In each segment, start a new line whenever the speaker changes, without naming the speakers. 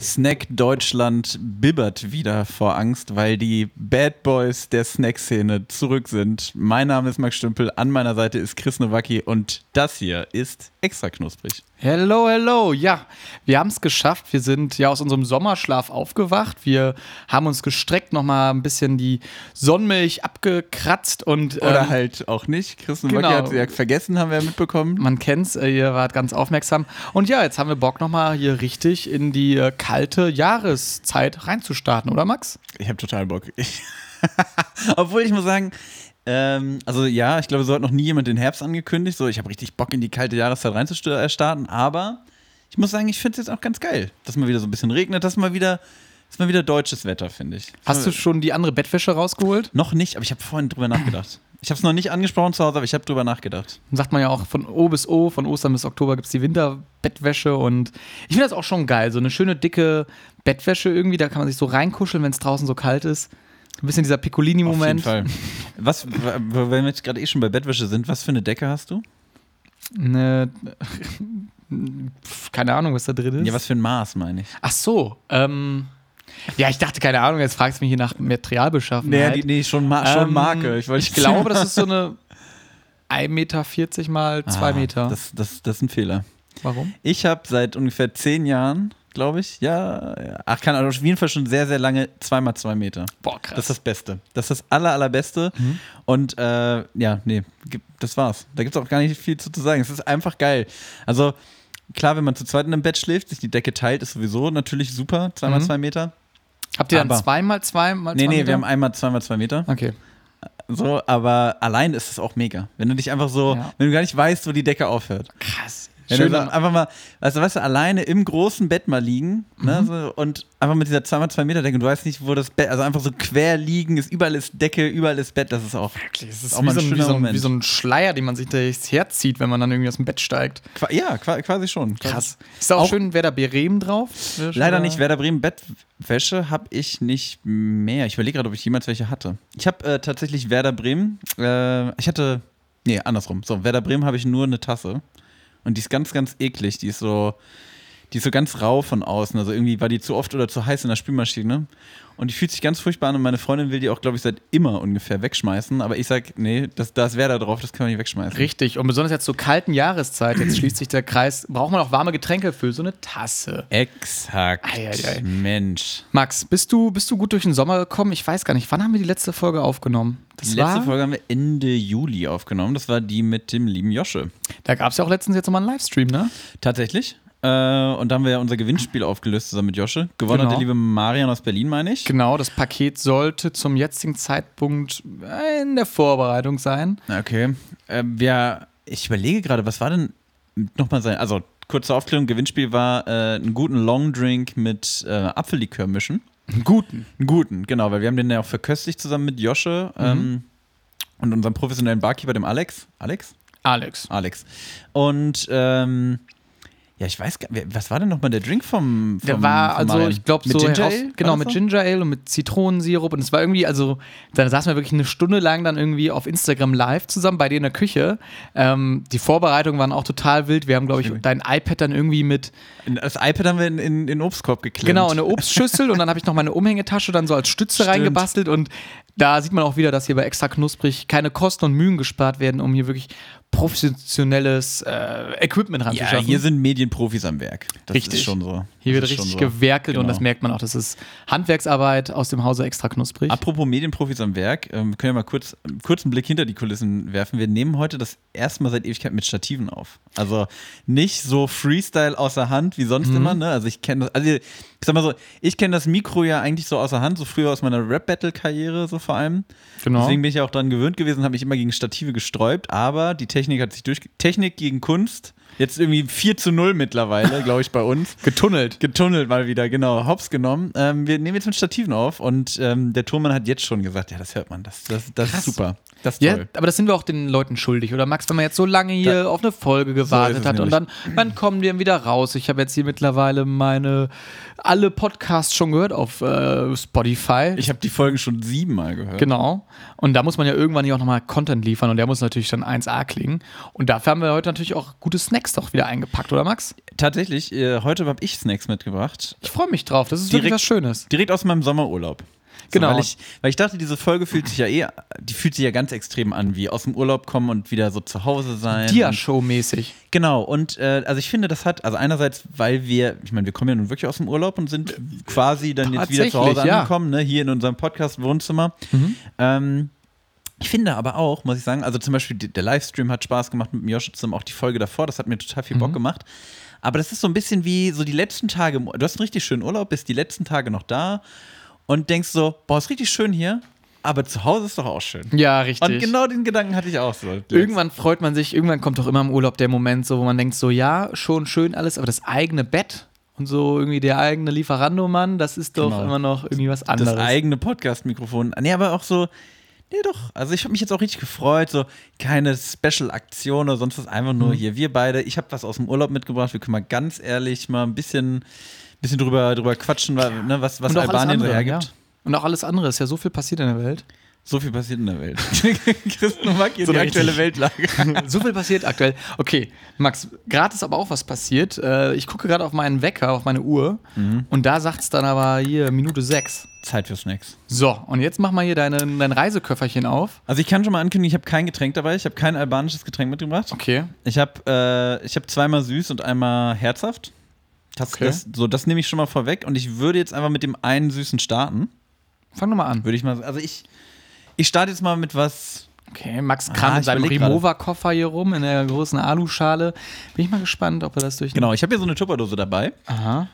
Snack Deutschland bibbert wieder vor Angst, weil die Bad Boys der Snack-Szene zurück sind. Mein Name ist Max Stümpel, an meiner Seite ist Chris Nowacki und das hier ist extra knusprig.
Hello, hello. Ja, wir haben es geschafft. Wir sind ja aus unserem Sommerschlaf aufgewacht. Wir haben uns gestreckt, nochmal ein bisschen die Sonnenmilch abgekratzt und
Oder
ähm,
halt auch nicht. Chris Nowacki
genau.
hat ja vergessen, haben wir ja mitbekommen.
man kennt's, äh, ihr wart ganz aufmerksam. Und ja, jetzt haben wir Bock nochmal hier richtig in die äh, kalte Jahreszeit reinzustarten, oder Max?
Ich habe total Bock. Ich Obwohl ich muss sagen, ähm, also ja, ich glaube, so hat noch nie jemand den Herbst angekündigt. So, ich habe richtig Bock, in die kalte Jahreszeit reinzustarten. Aber ich muss sagen, ich finde es jetzt auch ganz geil, dass mal wieder so ein bisschen regnet, dass mal wieder, dass mal wieder deutsches Wetter, finde ich.
Hast du schon die andere Bettwäsche rausgeholt?
Noch nicht, aber ich habe vorhin drüber nachgedacht. Ich habe es noch nicht angesprochen zu Hause, aber ich habe drüber nachgedacht.
Sagt man ja auch von O bis O, von Ostern bis Oktober gibt es die Winterbettwäsche und ich finde das auch schon geil. So eine schöne dicke Bettwäsche irgendwie, da kann man sich so reinkuscheln, wenn es draußen so kalt ist. Ein bisschen dieser Piccolini-Moment.
Auf jeden Fall. Was, w- w- wenn wir jetzt gerade eh schon bei Bettwäsche sind, was für eine Decke hast du?
Ne, pf, keine Ahnung, was da drin ist.
Ja, was für ein Maß, meine ich.
Ach so, ähm, ja, ich dachte, keine Ahnung, jetzt fragst du mich hier nach Materialbeschaffenheit.
die- schon, Ma
Ähm, Ich glaube, das ist so eine 1,40 Meter mal 2
Ah,
Meter.
Das, das, das ist ein Fehler.
Warum?
Ich habe seit ungefähr zehn Jahren, glaube ich, ja, ja, ach, keine Ahnung, auf jeden Fall schon sehr, sehr lange zweimal zwei Meter.
Boah, krass. Mhm.
Das ist das Beste. Das ist das aller, allerbeste. Und äh, ja, nee, gib- das war's. Da gibt's auch gar nicht viel zu, zu sagen. Es ist einfach geil. Also, klar, wenn man zu zweit in einem Bett schläft, sich die Decke teilt, ist sowieso natürlich super. Zweimal
Mhm.
zwei Meter.
Habt ihr dann
aber-
2 mal 2 mal 2
Nee, nee,
Meter?
wir haben einmal zweimal zwei Meter.
Okay.
So, aber allein ist es auch mega. Wenn du dich einfach so,
Ja.
wenn du gar nicht weißt, wo die Decke aufhört.
Krass.
Wenn du dann einfach mal, also weißt du, alleine im großen Bett mal liegen ne, so, und einfach mit dieser 2x2 Meter Decke und du weißt nicht, wo das Bett, also einfach so quer liegen, ist überall ist Decke, überall ist Bett, das ist auch.
Wirklich, es ist
Auch
wie,
mal
so
ein
ein, wie,
schöner
so ein,
Moment.
wie so ein Schleier, den man sich durchs Herz zieht, wenn man dann irgendwie aus dem Bett steigt.
Qua ja, qua quasi schon. Quasi.
Ist da auch,
Auch-
schön Werder Bremen drauf?
Leider nicht. Werder Bremen Bettwäsche habe ich nicht mehr. Ich überlege gerade, ob ich jemals welche hatte. Ich habe äh, tatsächlich Werder Bremen. Äh, ich hatte. Nee, andersrum. So, Werder Bremen habe ich nur eine Tasse. Und die ist ganz, ganz eklig. Die ist so. Die ist so ganz rau von außen. Also irgendwie war die zu oft oder zu heiß in der Spülmaschine. Und die fühlt sich ganz furchtbar an. Und meine Freundin will die auch, glaube ich, seit immer ungefähr wegschmeißen. Aber ich sag, nee, das, da ist Werder drauf, das kann man nicht wegschmeißen.
Richtig, und besonders jetzt zur kalten Jahreszeit, jetzt schließt sich der Kreis, braucht man auch warme Getränke für so eine Tasse.
Exakt.
Ei, ei, ei.
Mensch.
Max, bist du, bist du gut durch den Sommer gekommen? Ich weiß gar nicht, wann haben wir die letzte Folge aufgenommen? Das
Die letzte Folge haben wir Ende Juli aufgenommen. Das war die mit dem lieben Josche.
Da gab es ja auch letztens jetzt nochmal einen Livestream, ne?
Tatsächlich. Äh, und da haben wir ja unser Gewinnspiel aufgelöst zusammen mit Josche. Gewonnen hat
Genau.
der liebe Marian aus Berlin, meine ich.
Genau, das Paket sollte zum jetzigen Zeitpunkt in der Vorbereitung sein.
Okay. Ähm, ja, ich überlege gerade, was war denn nochmal sein. Also, kurze Aufklärung: Gewinnspiel war äh, einen guten Longdrink mit äh, Apfellikör mischen.
Einen guten.
Einen guten, genau, weil wir haben den ja auch verköstigt zusammen mit Josche ähm, und unserem professionellen Barkeeper, dem Alex. Alex?
Alex.
Alex. Und ähm, ja, ich weiß gar nicht, was war denn nochmal der Drink vom, vom
Der war
vom
also,
Marian?
ich glaube, so
mit Ginger
heraus-
Ale? War
genau
das
mit
so?
Ginger Ale und mit Zitronensirup und es war irgendwie, also da saßen wir wirklich eine Stunde lang dann irgendwie auf Instagram live zusammen bei dir in der Küche. Ähm, die Vorbereitungen waren auch total wild. Wir haben, glaube ich,
Stimmt.
dein iPad dann irgendwie mit
Das iPad haben wir in in, in Obstkorb geklemmt.
genau in eine Obstschüssel und dann habe ich noch meine Umhängetasche dann so als Stütze
Stimmt.
reingebastelt und da sieht man auch wieder, dass hier bei extra knusprig keine Kosten und Mühen gespart werden, um hier wirklich professionelles äh, Equipment
ja,
ranzuschaffen.
hier sind Medienprofis am Werk. Das
Richtig.
ist schon so.
Hier
Das
wird
ist schon
richtig
so.
gewerkelt und
Genau.
das merkt man auch. Das ist Handwerksarbeit aus dem Hause extra knusprig.
Apropos Medienprofis am Werk, ähm, können wir mal kurz, kurz einen Blick hinter die Kulissen werfen. Wir nehmen heute das erste Mal seit Ewigkeit mit Stativen auf. Also nicht so Freestyle außer Hand wie sonst immer, ne? Also ich kenne das, also ich sag mal so, ich kenne das Mikro ja eigentlich so außer Hand, so früher aus meiner Rap-Battle-Karriere, so vor allem.
Genau.
Deswegen bin ich ja auch dran gewöhnt gewesen, habe mich immer gegen Stative gesträubt, aber die Technik hat sich durch. Technik gegen Kunst, jetzt irgendwie 4 zu 0 mittlerweile, glaube ich, bei uns.
Getunnelt.
Getunnelt mal wieder, genau, hops genommen. Ähm, wir nehmen jetzt mit Stativen auf und ähm, der Turmann hat jetzt schon gesagt, ja, das hört man, das, das, das ist
Krass.
super. Das ist
Ja,
toll.
aber das sind wir auch den Leuten schuldig, oder Max, wenn man jetzt so lange hier auf eine Folge
ist
gewartet
es
hat und
nämlich.
dann, wann kommen die denn wieder raus? Ich habe jetzt hier mittlerweile meine, alle Podcasts schon gehört auf äh, Spotify.
Ich habe die Folgen schon siebenmal gehört.
Genau. Und da muss man ja irgendwann hier auch nochmal Content liefern und der muss natürlich dann 1A klingen. Und dafür haben wir heute natürlich auch gute Snacks doch wieder eingepackt, oder Max?
Tatsächlich, äh, heute habe ich Snacks mitgebracht.
Ich freue mich drauf. Das ist wirklich
Direkt-
was Schönes.
Direkt aus meinem Sommerurlaub. So,
Genau.
Weil ich, weil ich dachte, diese Folge fühlt sich ja eh, die fühlt sich ja ganz extrem an, wie aus dem Urlaub kommen und wieder so zu Hause sein.
Dia-Show-mäßig.
Genau, und äh, also ich finde, das hat, also einerseits, weil wir, ich meine, wir kommen ja nun wirklich aus dem Urlaub und sind quasi dann jetzt wieder zu Hause
Tatsächlich, ja. Mhm.
angekommen, ne, hier in unserem Podcast-Wohnzimmer. Ähm, ich finde aber auch, muss ich sagen, also zum Beispiel die- der Livestream hat Spaß gemacht mit Josh zusammen, auch die Folge davor, das hat mir total viel
Mhm.
Bock gemacht. Aber das ist so ein bisschen wie so die letzten Tage, im Ur- du hast einen richtig schönen Urlaub, bist die letzten Tage noch da und denkst so, boah, ist richtig schön hier, aber zu Hause ist doch auch schön.
Ja, richtig.
Und genau den Gedanken hatte ich auch so.
Irgendwann freut man sich, irgendwann kommt doch immer im Urlaub der Moment, so wo man denkt, so ja, schon schön alles, aber das eigene Bett und so irgendwie der eigene Lieferando-Mann, das ist doch
Genau.
immer noch irgendwie was anderes.
das eigene Podcast-Mikrofon. Nee, aber auch so, nee, doch. Also ich habe mich jetzt auch richtig gefreut. So keine Special-Aktion oder sonst was. Einfach nur
Mhm.
hier wir beide. Ich habe was aus dem Urlaub mitgebracht. Wir können mal ganz ehrlich mal ein bisschen, bisschen drüber, drüber quatschen, weil, ne, was, was
und auch
Albanien
alles
so
andere,
hergibt.
ja. Und auch alles andere, ist ja so viel passiert in der Welt.
So viel passiert in der Welt. Christen mag hier
So
die
richtig.
aktuelle Weltlage.
so viel passiert aktuell. Okay, Max, gerade ist aber auch was passiert. Äh, Ich gucke gerade auf meinen Wecker, auf meine Uhr
Mhm.
und da sagt es dann aber hier Minute sechs.
Zeit für Snacks.
So, und jetzt mach mal hier deine, dein Reiseköfferchen auf.
Also ich kann schon mal ankündigen, ich habe kein Getränk dabei. Ich habe kein albanisches Getränk mitgebracht.
Okay.
Ich habe äh, ich hab zweimal süß und einmal herzhaft. Das,
Okay.
das, so, das nehme ich schon mal vorweg. Und ich würde jetzt einfach mit dem einen süßen starten.
Fang doch mal an.
Würde ich mal Also ich, ich starte jetzt mal mit was.
Okay, Max
Ah,
kram
ich
in seinem
überleg grade.
Remover-Koffer hier rum in der großen Aluschale. Bin ich mal gespannt, ob er das durch.
Genau, ich habe hier so eine Tupperdose dabei.
Aha.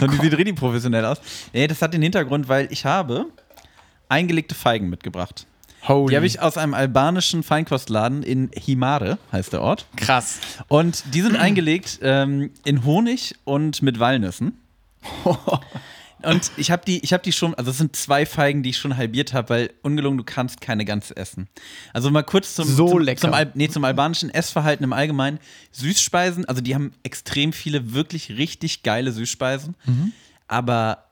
Und die sieht richtig professionell aus. Nee, das hat den Hintergrund, weil ich habe eingelegte Feigen mitgebracht.
Holy.
Die habe ich aus einem albanischen Feinkostladen in Himare, heißt der Ort.
krass.
Und die sind eingelegt ähm, in Honig und mit Walnüssen. Und ich habe die, ich habe die schon, also es sind zwei Feigen, die ich schon halbiert habe, weil ungelungen, du kannst keine ganze essen. Also mal kurz zum,
So
zum,
lecker.
zum, Al nee, zum albanischen Essverhalten im Allgemeinen. Süßspeisen, also die haben extrem viele wirklich richtig geile Süßspeisen,
Mhm.
aber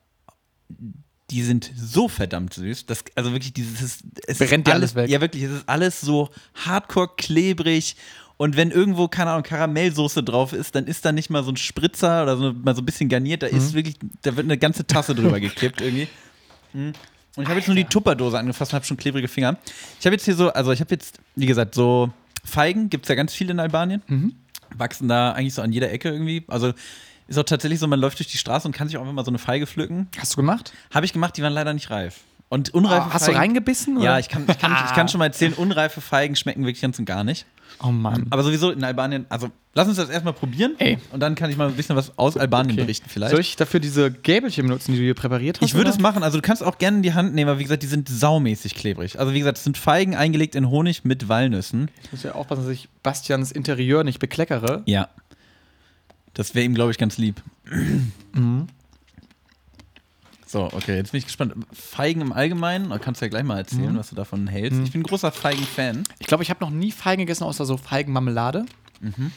die sind so verdammt süß, dass, also wirklich dieses es ist
Brennt dir
alles
alles weg.
Ja, wirklich, es ist alles so hardcore klebrig. Und wenn irgendwo, keine Ahnung, Karamellsoße drauf ist, dann ist da nicht mal so ein Spritzer oder so, mal so ein bisschen garniert. Da
Mhm.
ist wirklich, da wird eine ganze Tasse drüber gekippt irgendwie. Mhm. Und ich habe jetzt nur die Tupperdose angefasst und habe schon klebrige Finger. Ich habe jetzt hier so, also ich habe jetzt, wie gesagt, so Feigen gibt es ja ganz viel in Albanien.
Mhm.
Wachsen da eigentlich so an jeder Ecke irgendwie. Also ist auch tatsächlich so, man läuft durch die Straße und kann sich auch einfach mal so eine Feige pflücken.
Hast du gemacht?
Habe ich gemacht, die waren leider nicht reif. Und unreife
Ah, hast du
Feigen-
reingebissen? Ah.
Ja, ich kann, ich, kann, ich kann schon mal erzählen, unreife Feigen schmecken wirklich ganz und gar nicht.
Oh Mann.
Aber sowieso in Albanien, also lass uns das erstmal probieren.
Ey.
Und dann kann ich mal ein bisschen was aus Albanien
Okay.
berichten vielleicht.
Soll ich dafür diese Gäbelchen benutzen, die du hier präpariert hast?
Ich würde es
oder?
machen, also du kannst auch gerne in die Hand nehmen, aber wie gesagt, die sind saumäßig klebrig. Also wie gesagt, es sind Feigen eingelegt in Honig mit Walnüssen.
Ich muss ja aufpassen, dass ich Bastians Interieur nicht bekleckere.
Ja. Das wäre ihm, glaube ich, ganz lieb.
Mhm.
So, okay, jetzt bin ich gespannt. Feigen im Allgemeinen, da kannst du ja gleich mal
Mhm.
erzählen, was du davon hältst. Ich bin ein großer Feigen-Fan.
Ich glaube, ich habe noch nie Feigen gegessen, außer so Feigenmarmelade. Mhm.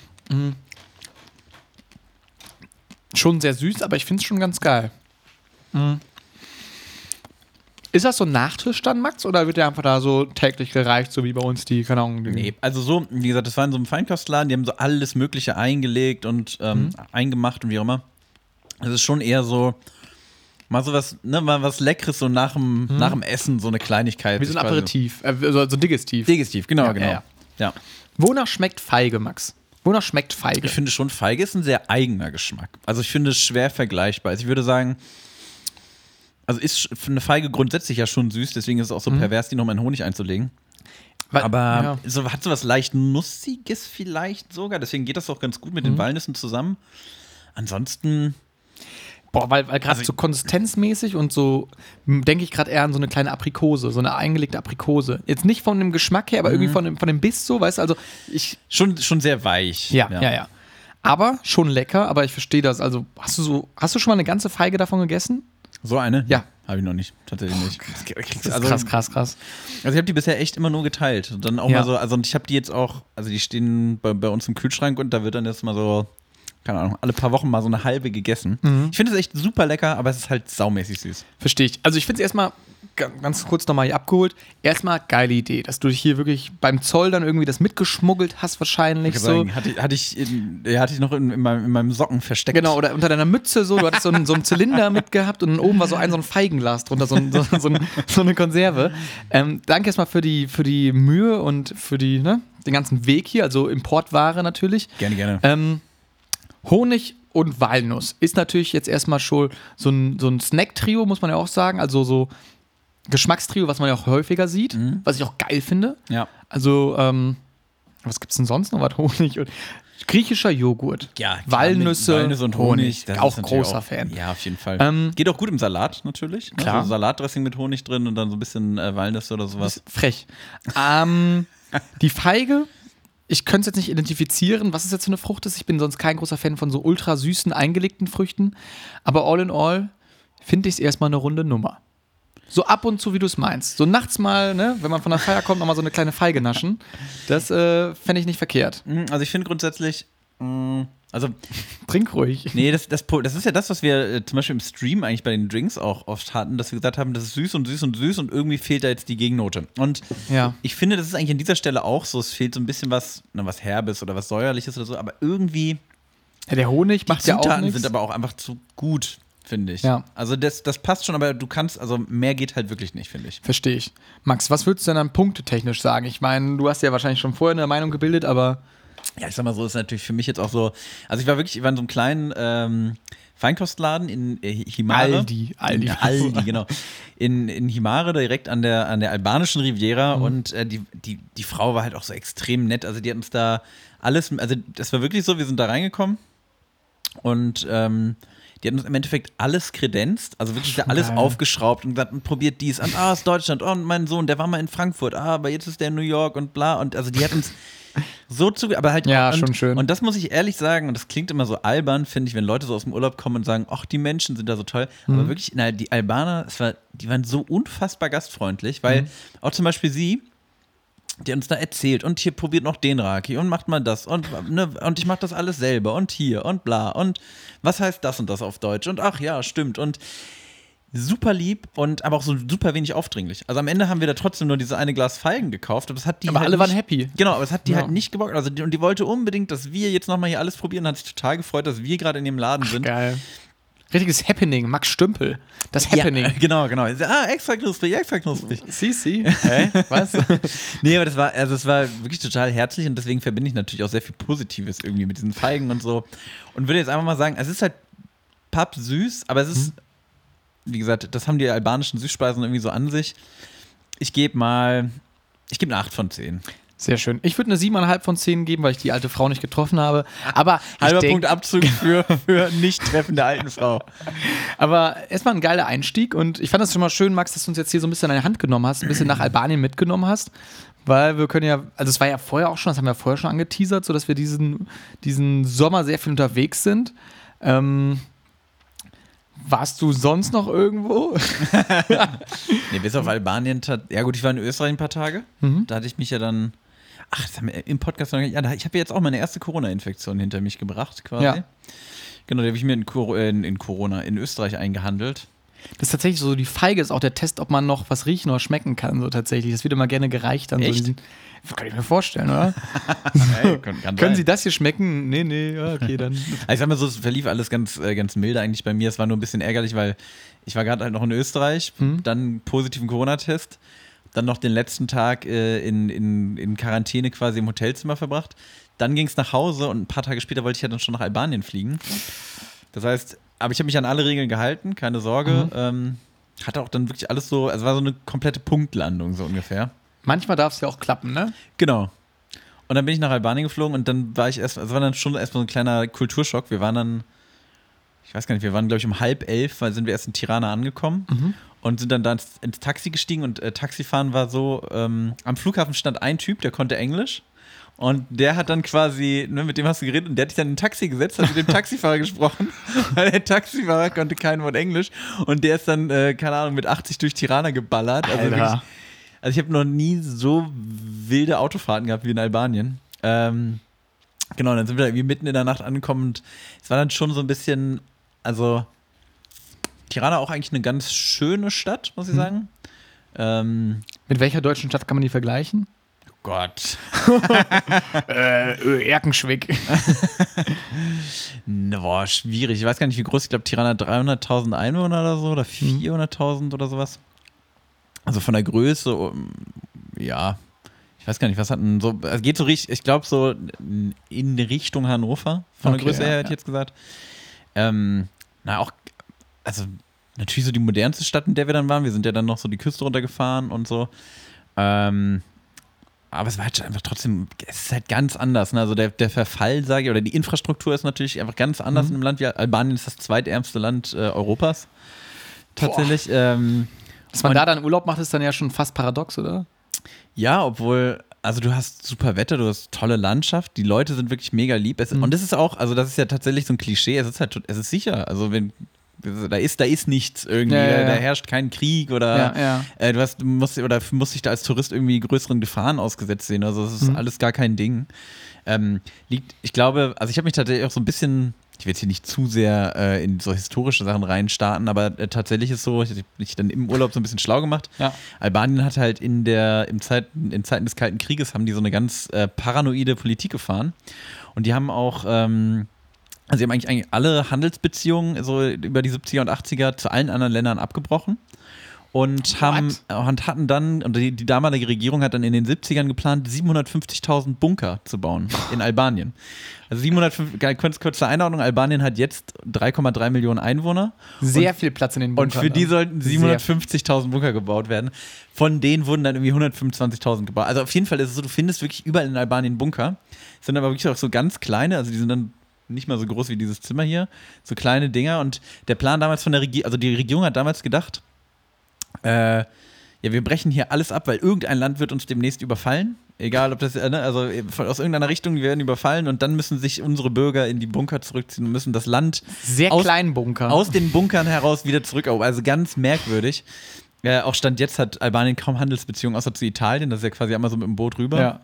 Schon sehr süß, aber ich finde es schon ganz geil. Mhm. Ist das so ein Nachtisch dann, Max? Oder wird der einfach da so täglich gereicht, so wie bei uns die, keine Ahnung, die-
Nee, also so, wie gesagt, das war in so einem Feinkostladen, die haben so alles Mögliche eingelegt und ähm,
Mhm.
eingemacht und wie auch immer. Es ist schon eher so, mal so was, ne, mal was Leckeres, so nach dem, nach dem Essen, so eine Kleinigkeit.
Mhm. wie so ein
Ich weiß nicht.
Aperitif, äh, so, so ein Digestiv.
Digestiv, genau,
Ja,
genau.
ja,
Ja,
ja. Wonach schmeckt Feige, Max? Wonach schmeckt Feige?
Ich finde schon, Feige ist ein sehr eigener Geschmack. Also ich finde es schwer vergleichbar. Also ich würde sagen, also ist sch- eine Feige grundsätzlich ja schon süß, deswegen ist es auch
Mhm.
so pervers, die nochmal in Honig einzulegen.
Weil-
Aber
Äh, ja.
so, hat so was leicht Nussiges vielleicht sogar. Deswegen geht das auch ganz gut mit
Mhm.
den Walnüssen zusammen. Ansonsten,
Boah, weil, weil gerade
Also-
so konsistenzmäßig und so m, denke ich gerade eher an so eine kleine Aprikose, so eine eingelegte Aprikose. Jetzt nicht von dem Geschmack her, aber irgendwie von dem, von dem Biss so, weißt du, also ich.
schon, schon sehr weich.
Ja, ja, ja, Aber schon lecker, aber ich verstehe das. Also, hast du so, hast du schon mal eine ganze Feige davon gegessen?
So eine?
Ja. Oh,
Habe ich noch nicht. Tatsächlich nicht. Das
Das ist krass, krass, krass.
Also ich habe die bisher echt immer nur geteilt. Und dann auch
Ja.
mal so, also und ich habe die jetzt auch, also die stehen bei, bei uns im Kühlschrank und da wird dann jetzt mal so keine Ahnung, alle paar Wochen mal so eine halbe gegessen.
Mhm.
Ich finde es echt super lecker, aber es ist halt saumäßig süß.
Verstehe ich. Also ich finde es erstmal ga- ganz kurz nochmal hier abgeholt. Erstmal geile Idee, dass du dich hier wirklich beim Zoll dann irgendwie das mitgeschmuggelt hast wahrscheinlich
Ich
so.
sagen, hatte, hatte, ich in, ja, hatte ich noch in, in, meinem, in meinem Socken versteckt.
Genau, oder unter deiner Mütze so, du hattest so einen, so einen Zylinder mitgehabt und oben war so ein, so ein Feigenglas drunter, so, ein, so, so, ein, so eine Konserve. Ähm, danke erstmal für die, für die Mühe und für die, ne, den ganzen Weg hier, also Importware natürlich.
Gerne, gerne.
Ähm, Honig und Walnuss ist natürlich jetzt erstmal schon so ein, so ein Snack-Trio, muss man ja auch sagen. Also so Geschmackstrio, was man ja auch häufiger sieht, was ich auch geil finde.
ja.
Also, ähm, was gibt's denn sonst noch? Was Honig und griechischer Joghurt.
Ja, klar,
Walnüsse,
mit Walnüsse und Honig. das
Auch
ist natürlich
großer Fan.
Ja, auf jeden Fall.
Ähm,
Geht auch gut im Salat natürlich. ne?
Klar.
So Salatdressing mit Honig drin und dann so ein bisschen äh, Walnüsse oder sowas.
Ist frech. ähm, die Feige, ich könnte es jetzt nicht identifizieren, was es jetzt für eine Frucht ist. Ich bin sonst kein großer Fan von so ultra süßen, eingelegten Früchten. Aber all in all finde ich es erstmal eine runde Nummer. So ab und zu, wie du es meinst. So nachts mal, ne, wenn man von der Feier kommt, nochmal so eine kleine Feige naschen. Das äh, fände ich nicht verkehrt.
Mm, Also ich finde grundsätzlich, mm, also
Trink ruhig.
nee, das, das, das ist ja das, was wir äh, zum Beispiel im Stream eigentlich bei den Drinks auch oft hatten, dass wir gesagt haben, das ist süß und süß und süß und irgendwie fehlt da jetzt die Gegennote. Und
Ja.
ich finde, das ist eigentlich an dieser Stelle auch so. Es fehlt so ein bisschen was, na, was Herbes oder was Säuerliches oder so, aber irgendwie
ja der Honig macht ja auch
Zutaten
nichts.
sind aber auch einfach zu gut, finde ich.
Ja.
Also das, das passt schon, aber du kannst, also mehr geht halt wirklich nicht, finde ich.
Verstehe ich. Max, was würdest du denn dann punktetechnisch sagen? Ich meine, du hast ja wahrscheinlich schon vorher eine Meinung gebildet, aber
Ja, ich sag mal so, ist natürlich für mich jetzt auch so. Also ich war wirklich, ich war in so einem kleinen ähm, Feinkostladen in äh, Himare.
Aldi, Aldi.
Ja, Aldi, genau. In, in Himare, direkt an der, an der albanischen
Mhm.
Riviera. Und äh, die, die, die Frau war halt auch so extrem nett. Also die hat uns da alles, also das war wirklich so, wir sind da reingekommen und ähm, die hat uns im Endeffekt alles kredenzt, also wirklich da alles
geil.
aufgeschraubt und gesagt, und probiert dies an, ah, aus Deutschland, oh, und mein Sohn, der war mal in Frankfurt, ah, aber jetzt ist der in New York und bla. Und also die hat uns so zu, aber halt
Ja,
und,
schon schön.
Und das muss ich ehrlich sagen, und das klingt immer so albern, finde ich, wenn Leute so aus dem Urlaub kommen und sagen, ach, die Menschen sind da so toll.
Mhm.
Aber wirklich, na, die Albaner, es war, die waren so unfassbar gastfreundlich,
Mhm.
weil auch zum Beispiel sie, die hat uns da erzählt und hier probiert noch den Raki und macht mal das und, ne, und ich mache das alles selber und hier und bla und was heißt das und das auf Deutsch und ach ja, stimmt und super lieb und aber auch so super wenig aufdringlich. Also am Ende haben wir da trotzdem nur diese eine Glas Feigen gekauft, aber das hat die
Aber
halt
alle waren
nicht,
happy.
Genau, aber es hat die
Ja.
halt nicht gebockt. Also die, und die wollte unbedingt, dass wir jetzt nochmal hier alles probieren, hat sich total gefreut, dass wir gerade in dem Laden sind.
geil. Richtiges Happening, Max Stümpel. Das Happening.
Ja, genau, genau. Ah, extra knusprig, extra knusprig.
Si, si. Hä? Was?
Nee, aber das war, also das war wirklich total herzlich und deswegen verbinde ich natürlich auch sehr viel Positives irgendwie mit diesen Feigen und so. Und würde jetzt einfach mal sagen, es ist halt pappsüß, aber es ist,
Hm.
wie gesagt, das haben die albanischen Süßspeisen irgendwie so an sich. Ich gebe mal, ich gebe eine 8 von 10.
Sehr schön. Ich würde eine 7,5 von 10 geben, weil ich die alte Frau nicht getroffen habe. Aber, ich
Halber
denk-
Punkt Abzug für, für Nicht-Treffen der alten Frau.
aber erstmal ein geiler Einstieg. Und ich fand das schon mal schön, Max, dass du uns jetzt hier so ein bisschen an die Hand genommen hast, ein bisschen nach Albanien mitgenommen hast. Weil wir können ja, also es war ja vorher auch schon, das haben wir ja vorher schon angeteasert, sodass wir diesen, diesen Sommer sehr viel unterwegs sind. Ähm, warst du sonst noch irgendwo?
Nee, bis
Hm?
auf Albanien. tat- Ja, gut, ich war in Österreich ein paar Tage.
Mhm.
Da hatte ich mich ja dann. Ach, das haben wir im Podcast noch nicht. Ja, da- ich habe jetzt auch meine erste Corona-Infektion hinter mich gebracht, quasi.
Ja.
Genau, die habe ich mir in, Cor äh, in, in Corona in Österreich eingehandelt.
Das ist tatsächlich so, die Feige ist auch der Test, ob man noch was riechen oder schmecken kann, so tatsächlich. Das wird immer gerne gereicht dann
Echt?
so. in diesen- Kann ich mir vorstellen, oder?
Ey, kann, kann
Können Sie
sein.
das hier schmecken? Nee, nee, ja, okay, dann.
Also, ich sag mal so, es verlief alles ganz, äh, ganz milde eigentlich bei mir. Es war nur ein bisschen ärgerlich, weil ich war gerade halt noch in Österreich, dann einen positiven Corona-Test, dann noch den letzten Tag äh, in, in, in Quarantäne quasi im Hotelzimmer verbracht. Dann ging es nach Hause und ein paar Tage später wollte ich ja dann schon nach Albanien fliegen. Das heißt, aber ich habe mich an alle Regeln gehalten, keine Sorge. Ähm, hatte auch dann wirklich alles so, also war so eine komplette Punktlandung so ungefähr.
Manchmal darf es ja auch klappen, ne?
Genau. Und dann bin ich nach Albanien geflogen und dann war ich erst, es war dann schon erstmal so ein kleiner Kulturschock. Wir waren dann, ich weiß gar nicht, wir waren glaube ich um halb elf, weil sind wir erst in Tirana angekommen und sind dann da ins, ins Taxi gestiegen und äh, Taxifahren war so, ähm, am Flughafen stand ein Typ, der konnte Englisch. Und der hat dann quasi, ne, mit dem hast du geredet und der hat dich dann in ein Taxi gesetzt, hat mit dem Taxifahrer gesprochen, weil der Taxifahrer konnte kein Wort Englisch und der ist dann, äh, keine Ahnung, mit 80 durch Tirana geballert. Also
Alter.
wirklich, also ich habe noch nie so wilde Autofahrten gehabt wie in Albanien. Ähm, Genau, dann sind wir irgendwie mitten in der Nacht angekommen und es war dann schon so ein bisschen, also Tirana auch eigentlich eine ganz schöne Stadt,
Mhm.
muss ich sagen. Ähm,
Mit welcher deutschen Stadt kann man die vergleichen?
Gott.
Äh, Erkenschwick.
Na, ne, Boah, schwierig. Ich weiß gar nicht, wie groß. Ich glaube, Tirana hat 300.000 Einwohner oder so oder
Mhm.
400.000 oder sowas. Also von der Größe, um, ja. Ich weiß gar nicht, was hat denn so. Also geht so richtig, ich glaube, so in Richtung Hannover. Von
Okay,
der Größe
ja,
her, hätte ich
ja.
jetzt gesagt. Ähm, na, auch. Also natürlich so die modernste Stadt, in der wir dann waren. Wir sind ja dann noch so die Küste runtergefahren und so. Ähm, aber es war halt einfach trotzdem, es ist halt ganz anders. Ne? Also der, der Verfall, sage ich, oder die Infrastruktur ist natürlich einfach ganz anders in einem Land wie Albanien, ist das zweitärmste Land äh, Europas. Tatsächlich. Ähm,
Dass man
Und-
da dann Urlaub macht, ist dann ja schon fast paradox, oder?
ja, obwohl, also du hast super Wetter, du hast tolle Landschaft, die Leute sind wirklich mega lieb. Es,
Mhm.
Und das ist auch, also das ist ja tatsächlich so ein Klischee, es ist halt, tot- es ist sicher. Also wenn, da ist, da ist nichts irgendwie,
Ja, ja,
da,
ja.
da herrscht kein Krieg oder
Ja, ja.
Äh, du hast, du musst, oder f- musst dich da als Tourist irgendwie größeren Gefahren ausgesetzt sehen. Also das ist
Mhm.
alles gar kein Ding. Ähm, liegt, ich glaube, also ich habe mich tatsächlich auch so ein bisschen, ich will jetzt hier nicht zu sehr äh, in so historische Sachen reinstarten, aber äh, tatsächlich ist so, ich habe mich dann im Urlaub so ein bisschen schlau gemacht.
Ja.
Albanien hat halt in der, im Zeiten, in Zeiten des Kalten Krieges haben die so eine ganz äh, paranoide Politik gefahren. Und die haben auch, ähm, also sie haben eigentlich, eigentlich alle Handelsbeziehungen so über die 70er und 80er zu allen anderen Ländern abgebrochen. Und, haben, und hatten dann, und die, die damalige Regierung hat dann in den 70ern geplant, 750.000 Bunker zu bauen in Albanien. Also 705, ganz kurz, kurz zur Einordnung, Albanien hat jetzt 3,3 Millionen Einwohner
Sehr viel Platz in den
und
Bunkern.
für die
dann.
sollten
ne? Sehr
750.000 Bunker gebaut werden. Von denen wurden dann irgendwie 125.000 gebaut. Also auf jeden Fall ist es so, du findest wirklich überall in Albanien Bunker. Es sind aber wirklich auch so ganz kleine, also die sind dann nicht mal so groß wie dieses Zimmer hier, so kleine Dinger. Und der Plan damals von der Regierung, also die Regierung hat damals gedacht, äh, ja, wir brechen hier alles ab, weil irgendein Land wird uns demnächst überfallen. Egal, ob das, äh, ne, also äh, von- aus irgendeiner Richtung, die werden überfallen und dann müssen sich unsere Bürger in die Bunker zurückziehen und müssen das Land
Sehr
aus-
kleinen Bunker.
aus den Bunkern heraus wieder zurückerobern. Also ganz merkwürdig. Äh, auch Stand jetzt hat Albanien kaum Handelsbeziehungen, außer zu Italien. Das ist ja quasi einmal so mit dem Boot rüber.
ja.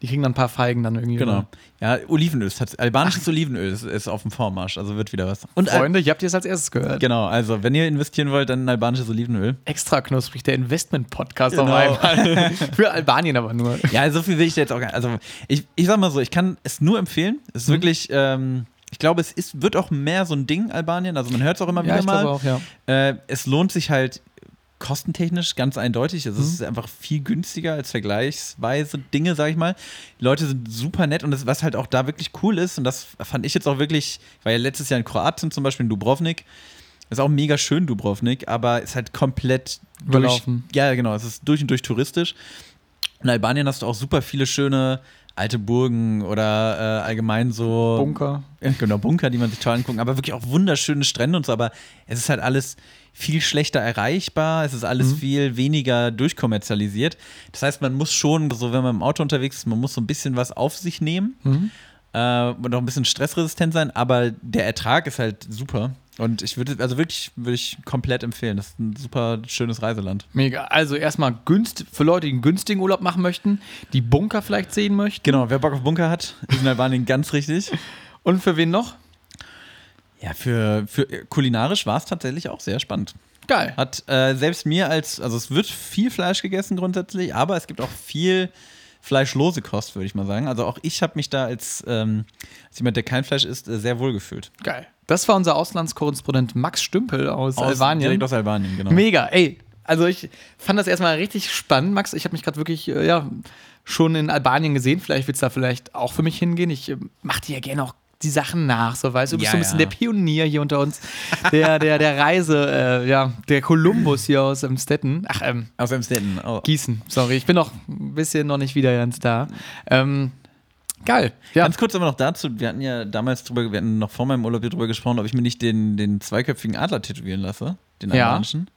Die kriegen dann ein paar Feigen dann irgendwie.
Genau. Ja, Olivenöl. ist tats- Albanisches Olivenöl ist, ist auf dem Vormarsch. Also wird wieder was. Und Al-
Freunde, ich habt ihr es als erstes gehört.
Genau, also wenn ihr investieren wollt, dann in albanisches Olivenöl.
Extra knusprig, der Investment-Podcast
Genau.
auf einmal. Für Albanien aber nur.
Ja, so viel will ich da jetzt auch gar nicht. Also ich, ich sag mal so, ich kann es nur empfehlen. Es ist
Mhm.
wirklich, ähm, ich glaube, es ist, wird auch mehr so ein Ding, Albanien. Also man hört es auch immer wieder mal.
auch, ja.
Äh, es lohnt sich halt kostentechnisch ganz eindeutig. Also Es ist einfach viel günstiger als vergleichsweise Dinge, sag ich mal. Die Leute sind super nett und das, was halt auch da wirklich cool ist, und das fand ich jetzt auch wirklich, weil ja letztes Jahr in Kroatien zum Beispiel in Dubrovnik, ist auch mega schön Dubrovnik, aber ist halt komplett
Überlaufen.
Durch, ja, genau, es ist durch und durch touristisch. In Albanien hast du auch super viele schöne alte Burgen oder äh, allgemein so
Bunker.
ja, genau, Bunker, die man sich toll angucken, aber wirklich auch wunderschöne Strände und so, aber es ist halt alles viel schlechter erreichbar, es ist alles viel weniger durchkommerzialisiert. Das heißt, man muss schon, so wenn man im Auto unterwegs ist, man muss so ein bisschen was auf sich nehmen äh, und auch ein bisschen stressresistent sein, aber der Ertrag ist halt super. Und ich würde, also wirklich, würde ich komplett empfehlen. Das ist ein super schönes Reiseland.
Mega. Also erstmal günst, für Leute, die einen günstigen Urlaub machen möchten, die Bunker vielleicht sehen möchten.
Genau, wer Bock auf Bunker hat, ist in Albanien ganz richtig.
Und für wen noch?
Ja, für, für kulinarisch war es tatsächlich auch sehr spannend.
Geil.
Hat äh, selbst mir als, also es wird viel Fleisch gegessen grundsätzlich, aber es gibt auch viel fleischlose Kost, würde ich mal sagen. Also auch ich habe mich da als, ähm, als jemand, der kein Fleisch isst, äh, sehr wohl gefühlt.
Geil. Das war unser Auslandskorrespondent Max Stümpel aus, Albanien.
Direkt aus Albanien, genau.
Mega, ey. Also ich fand das erstmal richtig spannend, Max. Ich habe mich gerade wirklich äh, ja, schon in Albanien gesehen. Vielleicht willst du da vielleicht auch für mich hingehen. Ich äh, mache dir ja gerne auch die Sachen nach, so weißt du. Du bist
Ja,
so ein bisschen
ja.
der Pionier hier unter uns. Der, der, der Reise, äh, ja, der Kolumbus hier aus ähm, Stetten. Ach, ähm,
Aus Amsterdam. Oh.
Gießen, sorry. Ich bin noch ein bisschen noch nicht wieder ganz da. Ähm, geil. Ja.
Ganz kurz aber noch dazu, wir hatten ja damals drüber, wir hatten noch vor meinem Urlaub hier drüber gesprochen, ob ich mir nicht den, den zweiköpfigen Adler tätowieren lasse, den
Ja.
albanischen.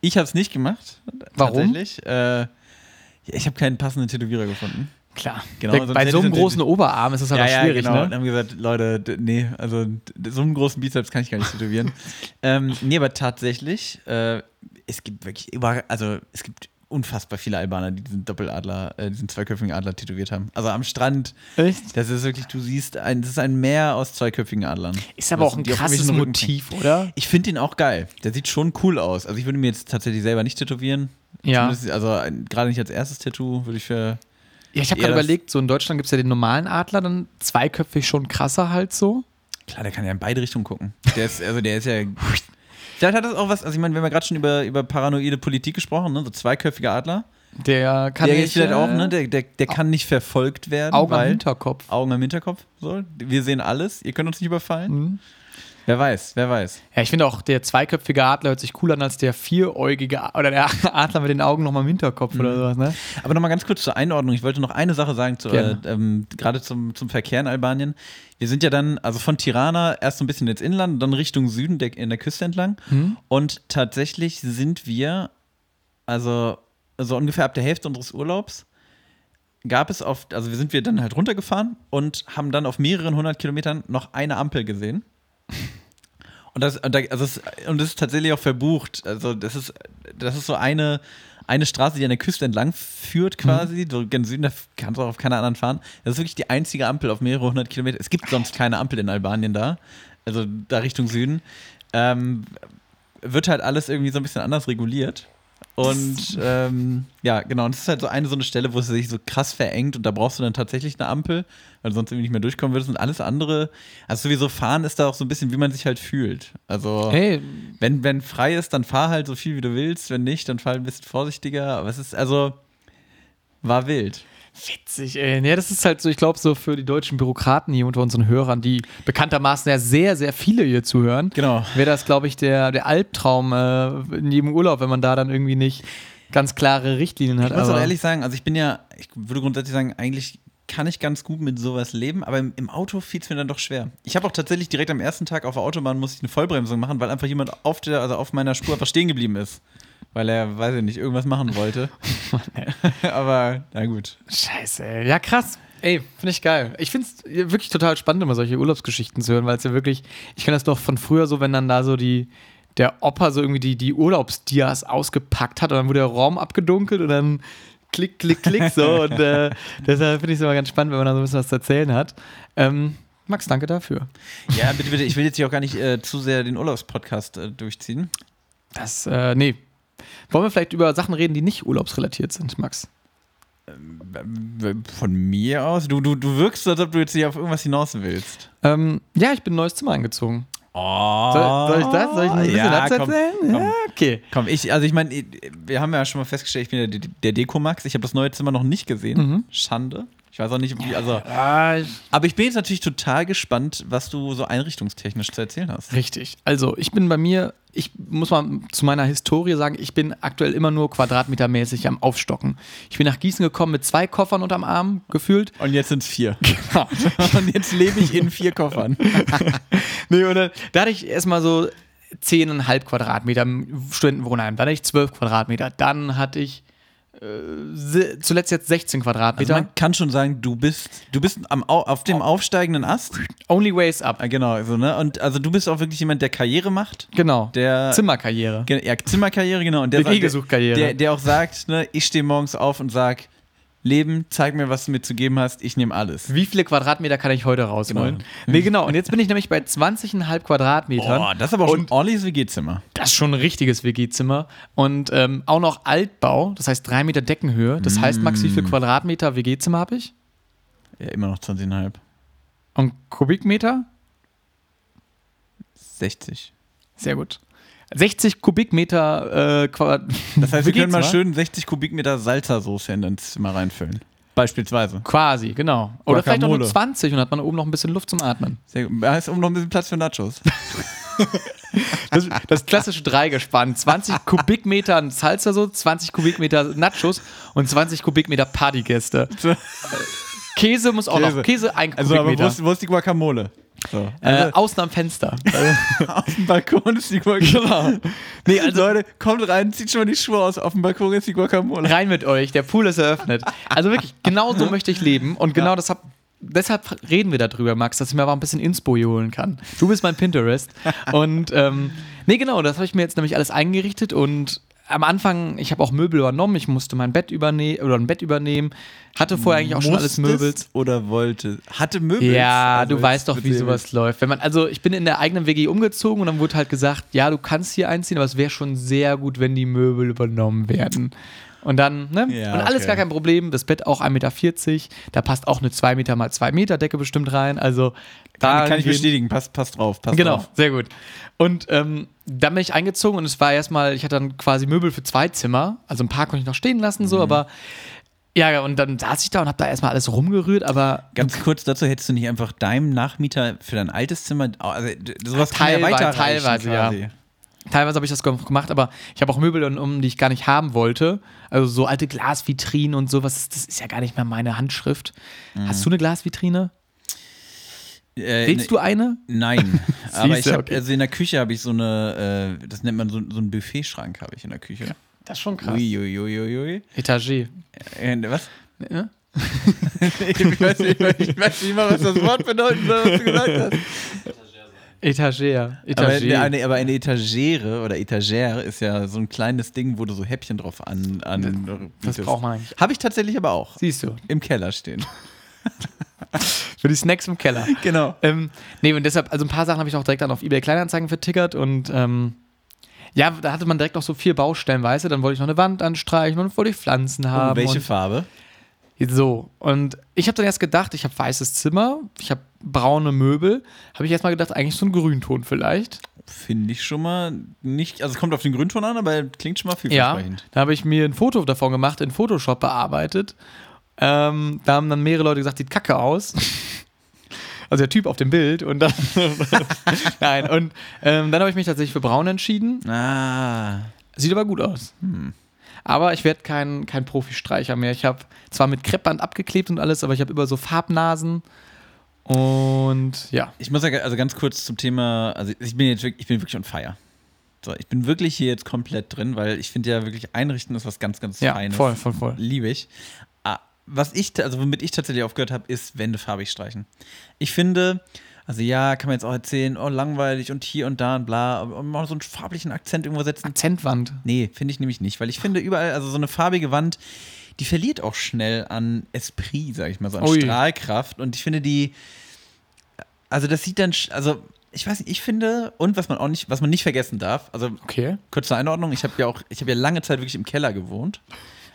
Ich habe es nicht gemacht.
Warum?
Tatsächlich. Äh, ja, ich habe keinen passenden Tätowierer gefunden.
Klar.
Genau,
Bei-
sonst
Bei
hätte
so einem
ich so-
großen Oberarm ist es aber schwierig,
genau. Und
ne?
haben gesagt, Leute, d- nee, also d- so einen großen Bizeps kann ich gar nicht tätowieren. ähm, nee, aber tatsächlich, äh, es gibt wirklich über, also es gibt unfassbar viele Albaner, die diesen Doppeladler, äh, diesen zweiköpfigen Adler tätowiert haben. Also am Strand,
Echt?
das ist wirklich, du siehst, ein, das ist ein Meer aus zweiköpfigen Adlern.
Ist aber
Das
auch ein
sind die auf
krasses
irgendwelchen
Motiv, oder?
Ich finde ihn auch geil. Der sieht schon cool aus. Also ich würde mir jetzt tatsächlich selber nicht tätowieren.
Ja.
Zumindest- Also ein- gerade nicht als erstes Tattoo würde ich für.
Ja, ich habe
Ja,
gerade
das-
überlegt, so in Deutschland gibt es ja den normalen Adler, dann zweiköpfig schon krasser halt so.
Klar, der kann ja in beide Richtungen gucken. Der ist, also der ist ja. Vielleicht hat das auch was, also ich meine, wir haben ja gerade schon über, über paranoide Politik gesprochen, ne? So zweiköpfiger Adler.
Der kann
der
nicht,
ist vielleicht
äh,
auch, ne? Der, der, der kann nicht verfolgt werden.
Augen am
weil-
Hinterkopf.
Augen am Hinterkopf. So. Wir sehen alles, ihr könnt uns nicht überfallen.
Mhm.
Wer weiß, wer weiß.
Ja, ich finde auch, der zweiköpfige Adler hört sich cooler an als der vieräugige A- oder der Adler mit den Augen nochmal im Hinterkopf
Mhm.
oder sowas, ne?
Aber nochmal ganz kurz zur Einordnung. Ich wollte noch eine Sache sagen, zu, äh,
Gerne.
ähm, gerade zum, zum Verkehr in Albanien. Wir sind ja dann, also von Tirana erst so ein bisschen ins Inland, dann Richtung Süden der, in der Küste entlang. Und tatsächlich sind wir, also so ungefähr ab der Hälfte unseres Urlaubs, gab es oft, also wir sind wir dann halt runtergefahren und haben dann auf mehreren hundert Kilometern noch eine Ampel gesehen. Und das, und da- also es, und das ist tatsächlich auch verbucht. Also das ist, das ist so eine, eine Straße, die an der Küste entlang führt quasi, so ganz Süden, da kannst du auch auf keiner anderen fahren. Das ist wirklich die einzige Ampel auf mehrere hundert Kilometer. Es gibt sonst keine Ampel in Albanien da, also da Richtung Süden. Ähm, wird halt alles irgendwie so ein bisschen anders reguliert. Und ähm, ja, genau, und es ist halt so eine so eine Stelle, wo es sich so krass verengt und da brauchst du dann tatsächlich eine Ampel, weil du sonst irgendwie nicht mehr durchkommen würdest und alles andere, also sowieso fahren ist da auch so ein bisschen, wie man sich halt fühlt. Also
Hey,
wenn, wenn frei ist, dann fahr halt so viel wie du willst, wenn nicht, dann fahr ein bisschen vorsichtiger, aber es ist also war wild.
witzig, ey. Ja, das ist halt so, ich glaube, so für die deutschen Bürokraten hier unter unseren Hörern, die bekanntermaßen ja sehr, sehr viele hier zuhören,
Genau.
wäre das, glaube ich, der, der Albtraum äh, in jedem Urlaub, wenn man da dann irgendwie nicht ganz klare Richtlinien hat.
Ich muss auch
aber-
ehrlich sagen, also ich bin ja, ich würde grundsätzlich sagen, eigentlich kann ich ganz gut mit sowas leben, aber im, im Auto fiel es mir dann doch schwer. Ich habe auch tatsächlich direkt am ersten Tag auf der Autobahn muss ich eine Vollbremsung machen, weil einfach jemand auf der, also auf meiner Spur einfach stehen geblieben ist. Weil er, weiß ich nicht, irgendwas machen wollte. aber na gut.
Scheiße, ey. ja krass. Ey, finde ich geil. Ich finde es wirklich total spannend, immer solche Urlaubsgeschichten zu hören, weil es ja wirklich, ich kenne das doch von früher so, wenn dann da so die, der Opa so irgendwie die, die Urlaubsdias ausgepackt hat und dann wurde der Raum abgedunkelt und dann klick, klick, klick so. und äh, deshalb finde ich es immer ganz spannend, wenn man da so ein bisschen was zu erzählen hat. Ähm, Max, danke dafür.
Ja, bitte, bitte, ich will jetzt hier auch gar nicht äh, zu sehr den Urlaubspodcast äh, durchziehen.
Das, äh, nee. Wollen wir vielleicht über Sachen reden, die nicht urlaubsrelatiert sind, Max?
Von mir aus? Du, du, du wirkst, als ob du jetzt hier auf irgendwas hinaus willst.
Ähm, ja, ich bin in ein neues Zimmer eingezogen.
Oh.
Soll, soll ich das? Soll ich noch ein bisschen
ja,
dazu
komm,
erzählen?
komm.
Ja, okay.
Komm, ich, also ich meine, wir haben ja schon mal festgestellt, ich bin der, der Deko-Max. Ich habe das neue Zimmer noch nicht gesehen. Schande. Ich weiß auch nicht, wie, also.
Ah, ich
Aber ich bin jetzt natürlich total gespannt, was du so einrichtungstechnisch zu erzählen hast.
Richtig. Also, ich bin bei mir, ich muss mal zu meiner Historie sagen, ich bin aktuell immer nur quadratmetermäßig am Aufstocken. Ich bin nach Gießen gekommen mit zwei Koffern unterm Arm, gefühlt.
Und jetzt sind es vier. Genau. Und jetzt lebe ich in vier Koffern.
nee, und dann, da hatte ich erstmal so 10,5 Quadratmeter im Studentenwohnheim. Dann hatte ich 12 Quadratmeter. Dann hatte ich äh, se- zuletzt jetzt 16
Also
Quadratmeter.
man kann schon sagen, du bist, du bist am, Au- auf dem aufsteigenden Ast.
Only ways up.
Ah, Genau, also, ne? Und also du bist auch wirklich jemand, der Karriere macht.
Genau.
Der-
Zimmerkarriere.
Ge- Ja, Zimmerkarriere, genau. Und der,
Die
sagt-
Wiegesuchkarriere.
Der, der auch sagt, ne, ich stehe morgens auf und sag, Leben, zeig mir, was du mir zu geben hast, ich nehme alles.
Wie viele Quadratmeter kann ich heute rausholen?
Genau.
Nee, genau. Und jetzt bin ich nämlich bei 20,5 Quadratmetern.
Boah, das ist aber auch schon
Und-
ein ordentliches WG-Zimmer.
Das ist schon ein richtiges WG-Zimmer. Und ähm, auch noch Altbau, das heißt drei Meter Deckenhöhe. Das heißt, Max, wie viel
Mm.
Quadratmeter WG-Zimmer habe ich?
Ja, immer noch 20,5.
Und Kubikmeter?
60.
Sehr gut. 60 Kubikmeter äh, Quadrat.
Das heißt, wir können mal
WG-Zimmer?
schön 60 Kubikmeter Salsa-Soße in dein Zimmer reinfüllen. Beispielsweise.
Quasi, genau. Oder vielleicht auch nur
Guacamole.
20 und hat man oben noch ein bisschen Luft zum Atmen.
Sehr gut. Da ist oben noch ein bisschen Platz für Nachos.
Das, das klassische Dreigespann. 20 Kubikmeter Salsa so, 20 Kubikmeter Nachos und 20 Kubikmeter Partygäste. Äh, Käse muss auch noch.
Käse.
Käse, ein
Also,
Kubikmeter.
aber wo ist, wo ist die Guacamole? So. Also,
äh, außen am Fenster.
auf dem Balkon ist die Guacamole. Genau. Nee, also Leute, kommt rein, zieht schon mal die Schuhe aus. Auf dem Balkon ist die Guacamole.
rein mit euch, der Pool ist eröffnet. Also wirklich, genau so möchte ich leben und genau das hab, deshalb reden wir darüber, Max, dass ich mir aber ein bisschen Inspo hier holen kann. Du bist mein Pinterest und ähm, nee, genau, das habe ich mir jetzt nämlich alles eingerichtet und am Anfang, ich habe auch Möbel übernommen, ich musste mein Bett übernehmen oder ein Bett übernehmen, hatte vorher eigentlich auch schon alles Möbel.
Oder wollte. Hatte Möbel.
Ja,
Also
du
jetzt
weißt doch, wie
speziell.
sowas läuft. Wenn man, also ich bin in der eigenen WG umgezogen und dann wurde halt gesagt, ja, du kannst hier einziehen, aber es wäre schon sehr gut, wenn die Möbel übernommen werden. Und dann, ne?
Ja,
und alles
okay.
gar kein Problem. Das Bett auch 1,40 Meter, da passt auch eine 2 Meter mal 2 Meter Decke bestimmt rein. Also da
Kann, kann ich bestätigen. Passt pass drauf. Pass
Genau,
Drauf.
sehr gut. Und ähm, dann bin ich eingezogen und es war erstmal, ich hatte dann quasi Möbel für zwei Zimmer. Also ein paar konnte ich noch stehen lassen,
Mhm.
so, aber ja, und dann saß ich da und habe da erstmal alles rumgerührt, aber
Ganz kurz dazu hättest du nicht einfach deinem Nachmieter für dein altes Zimmer, also d- sowas kann ja
Teilweise-
weiterreichen
teilweise, ja.
quasi.
teilweise habe ich das gemacht, aber ich habe auch Möbel um, die ich gar nicht haben wollte. Also so alte Glasvitrinen und sowas, das ist ja gar nicht mehr meine Handschrift. Hast du eine Glasvitrine?
Mhm. Äh,
Willst du eine?
Nein, aber ich
Siehste,
habe
okay.
also in der Küche habe ich so eine, äh, das nennt man so, so einen Buffetschrank habe ich in der Küche.
Das ist schon
Uiuiuiui.
Etagé.
Äh, was?
Ja?
ich, weiß nicht, ich weiß nicht mal, was das Wort bedeutet, was du gesagt hast.
Etagère.
Aber
Etagé.
eine, eine, aber eine Etagere oder Etagere ist ja so ein kleines Ding, wo du so Häppchen drauf an. an
das braucht man eigentlich.
Habe ich tatsächlich aber auch.
Siehst du,
Im Keller stehen.
für die Snacks im Keller.
Genau.
Ähm, nee, und deshalb, also ein paar Sachen habe ich auch direkt dann auf eBay Kleinanzeigen vertickert und ähm, ja, da hatte man direkt noch so vier Baustellen, weißt du? Dann wollte ich noch eine Wand anstreichen, dann wollte ich Pflanzen haben.
Oh, welche
und
Farbe?
so, und ich habe dann erst gedacht, ich habe weißes Zimmer, ich habe braune Möbel, habe ich erstmal gedacht, eigentlich so ein Grünton vielleicht.
Finde ich schon mal nicht. Also es kommt auf den Grünton an, aber klingt schon mal
Ja,
vielversprechend.
da habe ich mir ein Foto davon gemacht, in Photoshop bearbeitet. Ähm, da haben dann mehrere Leute gesagt, sieht kacke aus. Also der Typ auf dem Bild und dann. Nein, und ähm, dann habe ich mich tatsächlich für braun entschieden.
Ah.
Sieht aber gut aus.
Hm.
Aber ich werde kein, kein Profistreicher mehr. Ich habe zwar mit Kreppband abgeklebt und alles, aber ich habe über so Farbnasen. Und ja.
Ich muss sagen, also ganz kurz zum Thema, also ich bin jetzt wirklich, ich bin wirklich on fire. So, ich bin wirklich hier jetzt komplett drin, weil ich finde ja wirklich einrichten ist was ganz, ganz
Ja,
Feines.
voll, voll, voll.
Liebe ich. Ah, Was ich, ta- also womit ich tatsächlich aufgehört habe, ist Wände farbig streichen. Ich finde, also ja, kann man jetzt auch erzählen, oh, langweilig und hier und da und bla, und mal so einen farblichen Akzent irgendwo setzen.
Akzentwand.
Nee, finde ich nämlich nicht, weil ich finde überall, also so eine farbige Wand, die verliert auch schnell an Esprit, sag ich mal, so an
Ui.
Strahlkraft. Und ich finde die, also das sieht dann, sch- also ich weiß nicht, ich finde, und was man auch nicht, was man nicht vergessen darf, also
Okay.
kurze Einordnung, ich habe ja auch, ich habe ja lange Zeit wirklich im Keller gewohnt.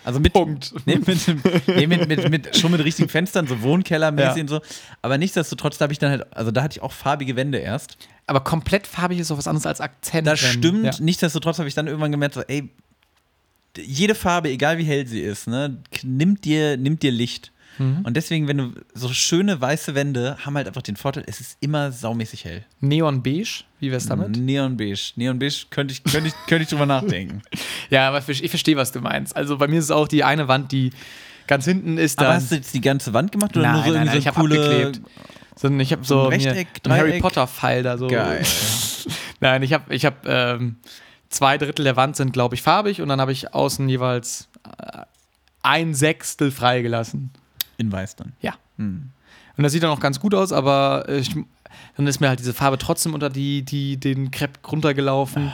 Also mit,
Punkt.
Nee, mit, nee, mit, mit, mit, schon mit richtigen Fenstern, so Wohnkellermäßig
Ja.
und so. Aber nichtsdestotrotz, da habe ich dann halt, also da hatte ich auch farbige Wände erst.
Aber komplett farbig ist doch was anderes als Akzent.
Das stimmt.
Ja.
Nichtsdestotrotz habe ich dann irgendwann gemerkt, so, ey, d- jede Farbe, egal wie hell sie ist, ne, k- nimmt dir, nimmt dir Licht.
Mhm.
Und deswegen, wenn du so schöne weiße Wände haben halt einfach den Vorteil, es ist immer saumäßig hell.
Neon-beige, wie wär's damit?
Mhm. Neonbeige. Neonbeige könnte ich, könnte ich, könnte ich drüber nachdenken.
Ja, aber ich ich verstehe, was du meinst. Also bei mir ist es auch die eine Wand, die ganz hinten ist.
Aber
Dann
hast du jetzt die ganze Wand gemacht oder nur so irgendwie so
ich habe
coole
abgeklebt. So, ein- ich habe
so
so,
ein
mir
Rechteck,
einen Harry
Dreieck.
Potter-Pfeil da so.
Geil.
Nein, ich habe ich hab, ähm, zwei Drittel der Wand sind, glaube ich, farbig und dann habe ich außen jeweils äh, ein Sechstel freigelassen.
in Weiß dann.
Ja.
Hm.
Und das sieht dann auch ganz gut aus, aber äh, ich, dann ist mir halt diese Farbe trotzdem unter die, die, den Crepe runtergelaufen.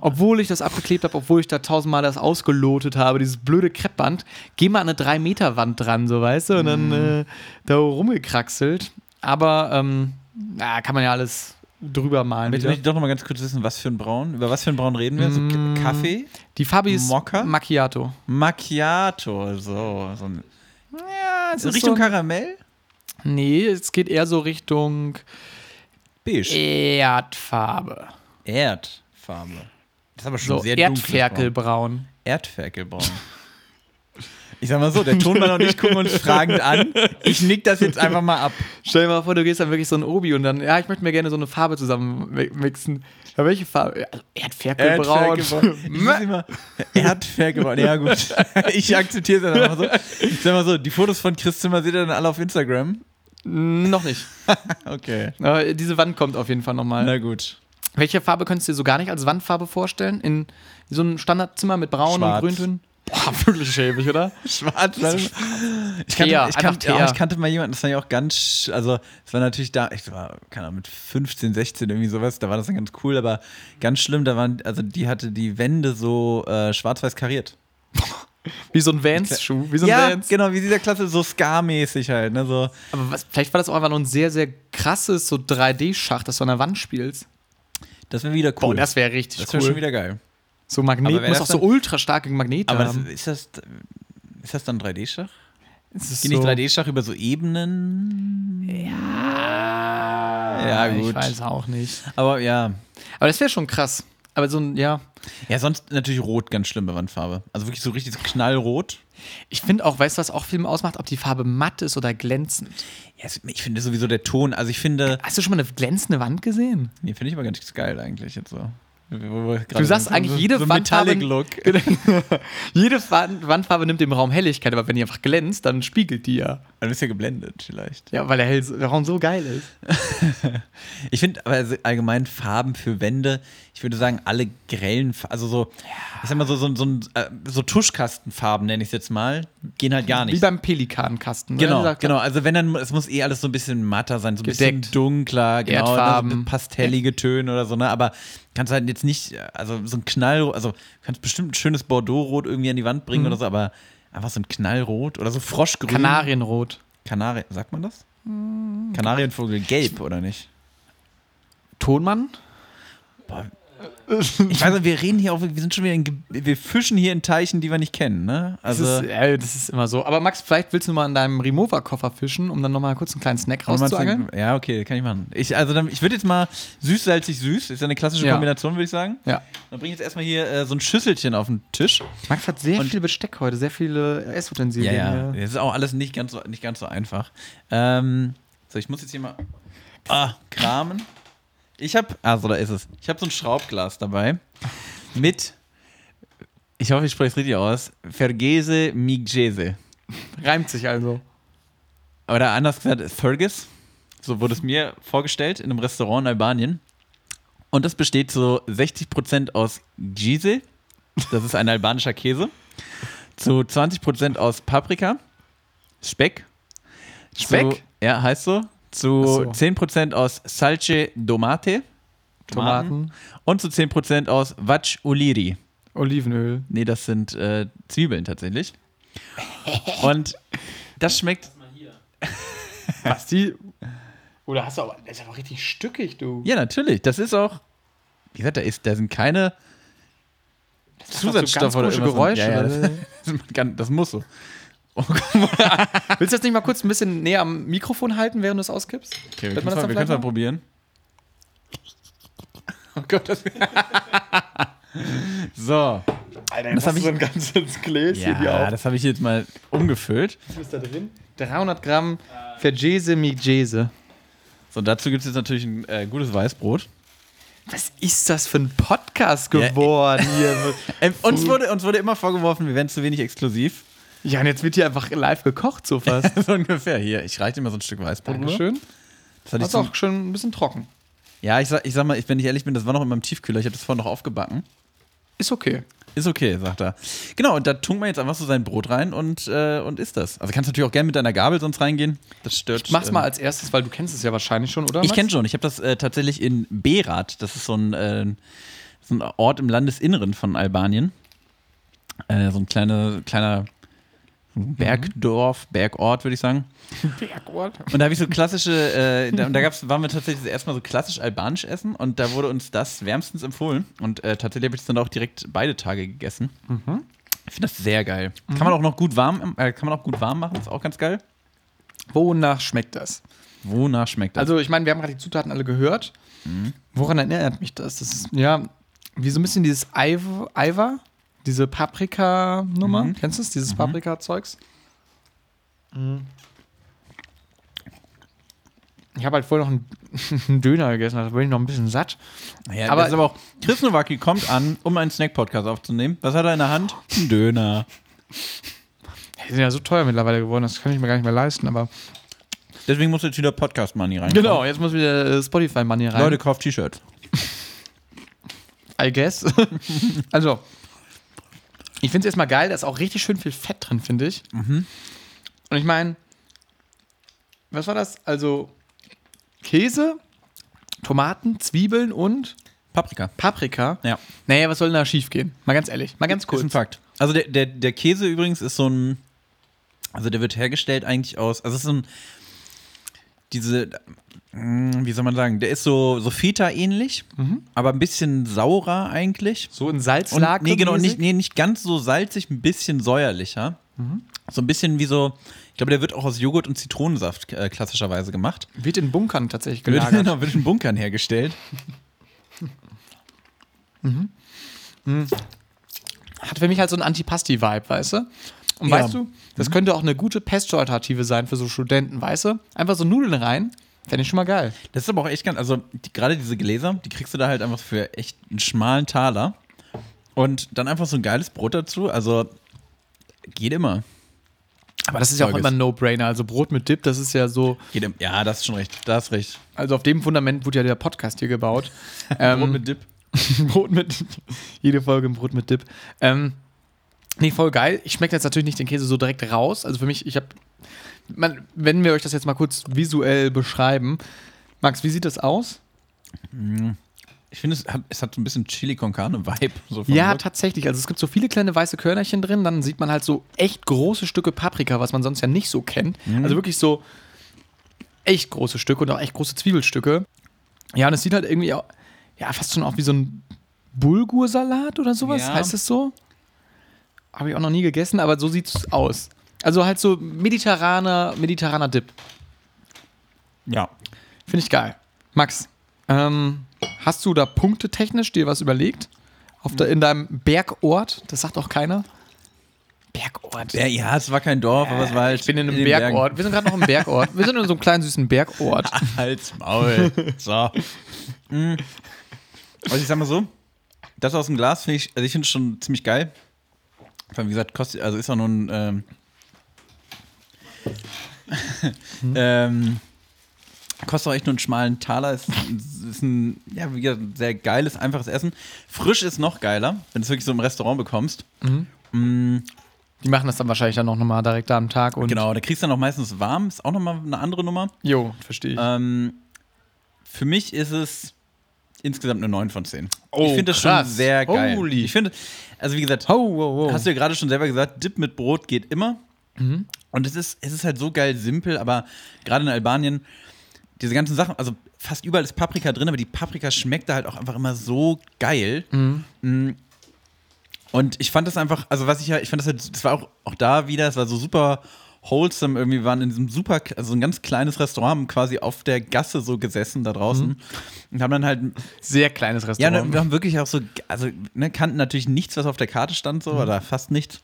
Obwohl ich das abgeklebt habe, obwohl ich da tausendmal das ausgelotet habe, dieses blöde Kreppband, geh mal an eine 3-Meter-Wand dran, so weißt du, und dann
Hm.
äh, da rumgekraxelt. Aber ähm, na, kann man ja alles drüber malen.
Jetzt
wieder.
möchte ich doch noch mal ganz kurz wissen, was für ein Braun, über was für ein Braun reden wir? So
Mm.
K- Kaffee?
Die Farbe ist
Mokka?
Macchiato.
Macchiato, so. so ein,
Ja, es
Ah, Richtung
so ein,
Karamell?
Nee, es geht eher so Richtung
Beige.
Erdfarbe.
Erdfarbe. Das ist aber schon
So
sehr dunkel.
Erdferkelbraun.
Erdferkelbraun. Ich sag mal so, der Ton war noch nicht, gucken uns fragend an. Ich nick das jetzt einfach mal ab.
Stell dir mal vor, du gehst dann wirklich so ein Obi und dann, ja, ich möchte mir gerne so eine Farbe zusammen mi- mixen. Ja, welche Farbe? Ja, Also Erdferkelbraun.
Ich muss immer- Erdferkelbraun, ja gut. Ich akzeptiere es dann einfach so. Ich sag mal so, die Fotos von Chris Zimmer seht ihr dann alle auf Instagram.
Mm, noch nicht.
Okay.
Aber diese Wand kommt auf jeden Fall nochmal.
Na gut.
Welche Farbe könntest du dir so gar nicht als Wandfarbe vorstellen? In so einem Standardzimmer mit braun
Schwarz.
und Grüntönen? Boah, wirklich schäbig, oder?
Schwarz. Ich kannte,
Thea,
ich,
einfach
kannte, ja,
Thea.
ich kannte mal jemanden, das war ja auch ganz, sch- also es war natürlich da, ich war, keine Ahnung, mit 15, 16 irgendwie sowas, da war das dann ganz cool, aber ganz schlimm, da waren, also die hatte die Wände so äh, schwarz-weiß kariert.
Wie so ein Vans-Schuh, wie so ein
ja,
Vans.
genau, wie dieser Klasse, so Ska-mäßig halt, ne, so.
Aber was, vielleicht war das auch einfach nur ein sehr, sehr krasses so 3D-Schach, das du an der Wand spielst.
Das wäre wieder cool.
Boah, das wäre richtig
das
cool.
wäre schon wieder geil.
so
Aber
Magnet
wer
muss auch
das
so ultra starke Magnete
Aber das,
haben.
ist das, ist das dann 3D-Schach?
Das ist
Geht nicht 3D-Schach über so Ebenen? Ja. Ja,
Ich
gut.
weiß auch nicht.
Aber ja.
Aber das wäre schon krass. Aber so ein, ja.
Ja, sonst natürlich rot, ganz schlimme Wandfarbe. Also wirklich so richtig so knallrot.
Ich finde auch, weißt du, was auch Film ausmacht, ob die Farbe matt ist oder glänzend.
Ja, es- ich finde sowieso der Ton, also ich finde,
Hast du schon mal eine glänzende Wand gesehen?
nee, finde ich aber ganz geil eigentlich jetzt so. Du
Du sagst eigentlich, jede
so
Wandfarbe- Genau.
Metallic Look.
Jede Wand, Wandfarbe nimmt dem Raum Helligkeit, aber wenn die einfach glänzt, dann spiegelt die ja.
Dann ist ja geblendet vielleicht.
Ja, weil der, Hell, der Raum so geil ist.
Ich finde aber also allgemein Farben für Wände, ich würde sagen, alle grellen, Fa- also so, ich sag mal so, so, so, ein- äh, so Tuschkastenfarben nenne ich es jetzt mal, gehen halt gar
Wie
nicht.
beim Pelikankasten.
Genau,
ne?
genau. Also wenn dann, es muss eh alles so ein bisschen matter sein, so ein bisschen
Gedeckt.
dunkler, genau,
Erdfarben.
ne, so pastellige Töne oder so, ne? Aber kannst halt jetzt nicht, also so ein Knallrot, also kannst bestimmt ein schönes Bordeauxrot irgendwie an die Wand
Mhm.
bringen oder so, aber einfach so ein Knallrot oder so Froschgrün.
Kanarienrot.
Kanari sagt man das?
Mhm.
Kanarienvogel gelb, oder nicht?
Tonmann? Mhm.
Ich weiß nicht, wir reden hier auch, wir sind schon wieder in, Ge- wir fischen hier in Teichen, die wir nicht kennen, ne?
Das,
Also,
ist, äh, das ist immer so. Aber Max, vielleicht willst du mal in deinem Remover-Koffer fischen, um dann nochmal kurz einen kleinen Snack
Kann man
rauszuangeln?
sagen- Ja, okay, kann ich machen. Ich, also dann, ich würde jetzt mal süß, salzig, süß, ist ja eine klassische
Ja.
Kombination, würde ich sagen.
Ja.
Dann bringe ich jetzt erstmal hier äh, so ein Schüsselchen auf den Tisch.
Max hat sehr
Und-
viel Besteck heute, sehr viele Essutensilien.
Ja, ja.
hier.
Das ist auch alles nicht ganz so, nicht ganz so einfach. Ähm, so, ich muss jetzt hier mal ah, kramen. Ich habe, also da ist es. Ich habe so ein Schraubglas dabei mit, ich hoffe, ich spreche es richtig aus, Vergese Miggese.
Reimt sich also.
Oder anders gesagt, Fergus. So wurde es mir vorgestellt in einem Restaurant in Albanien. Und das besteht zu 60% aus Gise. Das ist ein albanischer Käse. Zu 20% aus Paprika. Speck.
Speck?
Zu, ja, heißt so. Zu
Ach so.
10% aus Salce Domate.
Tomaten,
Und zu 10% aus Vatch Uliri.
Olivenöl.
Nee, das sind äh, Zwiebeln tatsächlich. Und das schmeckt
Was die. Oder hast du aber. Das ist aber richtig stückig, du.
Ja, natürlich. Das ist auch, wie gesagt, da, ist, da sind keine Zusatzstoffe
so
oder
ganz komische Geräusche.
Ja, ja,
oder?
das, das kann- das muss so.
Willst du das nicht mal kurz ein bisschen näher am Mikrofon halten, während du es auskippst?
Okay, wir
Hört
können es mal, wir
vielleicht
können's mal
noch?
probieren.
Oh Gott, das,
So,
Alter,
Das
das
hab
habe ich
ich-
so ein ganzes Gläschen
ja, das habe ich jetzt mal umgefüllt.
Was ist da drin? 300 Gramm Vergese Migjese.
So, dazu gibt es jetzt natürlich ein äh, gutes Weißbrot.
Was ist das für ein Podcast geworden hier?
Ähm, uns, wurde, uns wurde immer vorgeworfen, wir wären zu wenig exklusiv.
Ja, und jetzt wird hier einfach live gekocht, so fast.
so ungefähr. Hier, ich reiche dir mal so ein Stück Weißbrot rüber.
Dankeschön.
Das hatte ich
Das ist
zum,
auch schon ein bisschen trocken.
ja, ich sag, ich sag mal, ich, wenn ich ehrlich bin, das war noch in meinem Tiefkühler. Ich habe das vorhin noch aufgebacken.
Ist okay.
Ist okay, sagt er. Genau, und da tunkt man jetzt einfach so sein Brot rein und, äh, und isst das. Also kannst natürlich auch gerne mit deiner Gabel sonst reingehen. Das stört.
Ich mach's
ähm,
mal als erstes, weil du kennst es ja wahrscheinlich schon, oder?
Ich
Max?
kenne schon. Ich habe das äh, tatsächlich in Berat. Das ist so ein, äh, so ein Ort im Landesinneren von Albanien. Äh, so ein kleiner, kleiner
Mhm.
Bergdorf, Bergort, würde ich sagen.
Bergort.
Und da habe ich so klassische, äh, da, und da gab's, waren wir tatsächlich erstmal so klassisch albanisch essen und da wurde uns das wärmstens empfohlen. Und äh, tatsächlich habe ich es dann auch direkt beide Tage gegessen.
Mhm.
Ich finde das sehr geil. Kann man auch noch gut warm, äh, kann man auch gut warm machen, ist auch ganz geil.
Wonach schmeckt das?
Wonach schmeckt das? Mhm.
Also, ich meine, wir haben gerade die Zutaten alle gehört. Woran erinnert mich das? Das ist, ja, wie so ein bisschen dieses Eiw- Eiwa, diese Paprika-Nummer.
Mhm.
Kennst du es? Dieses Paprika-Zeugs.
Mhm.
Ich habe halt vorher noch einen, einen Döner gegessen, da bin ich noch ein bisschen satt.
ja,
aber-
das ist aber auch, Chris Nowacki kommt an, um einen Snack-Podcast aufzunehmen. Was hat er in der Hand? Ein Döner.
Die sind ja so teuer mittlerweile geworden, das kann ich mir gar nicht mehr leisten, aber.
Deswegen muss jetzt wieder Podcast-Money rein.
Genau, jetzt muss wieder äh, Spotify Money rein.
Leute, kauft T-Shirts.
I guess. also, Ich finde es erstmal geil, da ist auch richtig schön viel Fett drin, finde ich.
Mhm.
Und ich meine, was war das? Also Käse, Tomaten, Zwiebeln und
Paprika.
Paprika.
Ja.
Naja, was soll denn da schief gehen? Mal ganz ehrlich, mal Ah, ganz
Ist ein
kurz.
Fakt. Also der, der, der Käse übrigens ist so ein. Also der wird hergestellt eigentlich aus. Also es ist so ein. Diese. mm, Wie soll man sagen? Der ist so, so Feta-ähnlich,
Mhm.
aber ein bisschen saurer eigentlich.
So ein
Und,
Salzlaken.
nee, genau, nicht, nee, nicht ganz so salzig, ein bisschen säuerlicher.
Mhm.
So ein bisschen wie so, ich glaube, der wird auch aus Joghurt und Zitronensaft äh, klassischerweise gemacht.
Wird in Bunkern tatsächlich
Wird,
gelagert.
genau, wird in Bunkern hergestellt.
Hat für mich halt so einen Antipasti-Vibe, weißt du? Und
Ja. Mhm.
weißt du, das könnte auch eine gute Pesto-Alternative sein für so Studenten, weißt du? Einfach so Nudeln rein, fände ich schon mal geil.
Das ist aber auch echt ganz, also die, gerade diese Gläser, die kriegst du da halt einfach für echt einen schmalen Taler. Und dann einfach so ein geiles Brot dazu. Also geht immer.
Aber das ist ja auch
Zeug
immer ein No-Brainer. Also Brot mit Dip, das ist ja so,
Geht im, ja, das ist schon recht. Da hast recht.
also auf dem Fundament wurde ja der Podcast hier gebaut. ähm,
Brot mit Dip.
Brot mit, jede Folge ein Brot mit Dip. Ähm, nee, voll geil. Ich schmecke jetzt natürlich nicht den Käse so direkt raus. Also für mich, ich habe, wenn wir euch das jetzt mal kurz visuell beschreiben. Max, wie sieht das aus?
Ich finde, es hat, es hat so ein bisschen Chili con Carne Vibe. So ne? vom
Ja,
Look.
tatsächlich. Also es gibt so viele kleine weiße Körnerchen drin, dann sieht man halt so echt große Stücke Paprika, was man sonst ja nicht so kennt.
Mhm.
Also wirklich so echt große Stücke und auch echt große Zwiebelstücke. Ja, und es sieht halt irgendwie auch, ja, fast schon auch wie so ein Bulgursalat oder sowas,
Ja.
heißt es so? Habe ich auch noch nie gegessen, aber so sieht's aus. Also halt so mediterraner, mediterraner Dip.
ja.
Finde ich geil. Max, ähm, hast du da punktetechnisch dir was überlegt? Auf der, in deinem Bergort? Das sagt auch keiner. Bergort.
Ja, ja, es war kein Dorf, aber es war halt.
ich bin in einem
den Bergen.
Bergort. Wir sind gerade noch im Bergort. Wir sind in so einem kleinen süßen Bergort.
Halt's Maul. So. Mm. Also ich sag mal so, das aus dem Glas finde ich, also ich finde es schon ziemlich geil. Vor allem, wie gesagt, kostet, also ist auch nur ein ähm, ähm, kostet auch echt nur einen schmalen Taler. Ist, ist ein, ja, wie gesagt, ein sehr geiles, einfaches Essen. Frisch ist noch geiler, wenn du es wirklich so im Restaurant bekommst.
Die machen das dann wahrscheinlich dann noch mal direkt da am Tag. Und
Genau, da kriegst du dann auch meistens warm, ist auch nochmal eine andere Nummer.
Jo, verstehe ich.
Ähm, für mich ist es insgesamt eine 9 von 10.
Oh,
ich finde das
krass.
schon sehr geil.
Holy.
Ich finde, also wie gesagt,
ho, ho, ho.
hast du ja gerade schon selber gesagt, Dip mit Brot geht immer. Und es ist, es ist halt so geil simpel, aber gerade in Albanien, diese ganzen Sachen, also fast überall ist Paprika drin, aber die Paprika schmeckt da halt auch einfach immer so geil. Mm. Und ich fand das einfach, also was ich ja, ich fand das halt, das war auch, auch da wieder, es war so super wholesome irgendwie, wir waren in diesem super, also ein ganz kleines Restaurant, haben quasi auf der Gasse so gesessen da draußen und haben dann halt
Sehr kleines
ja,
Restaurant.
ne, wir haben wirklich auch so, also ne, kannten natürlich nichts, was auf der Karte stand, so oder fast nichts.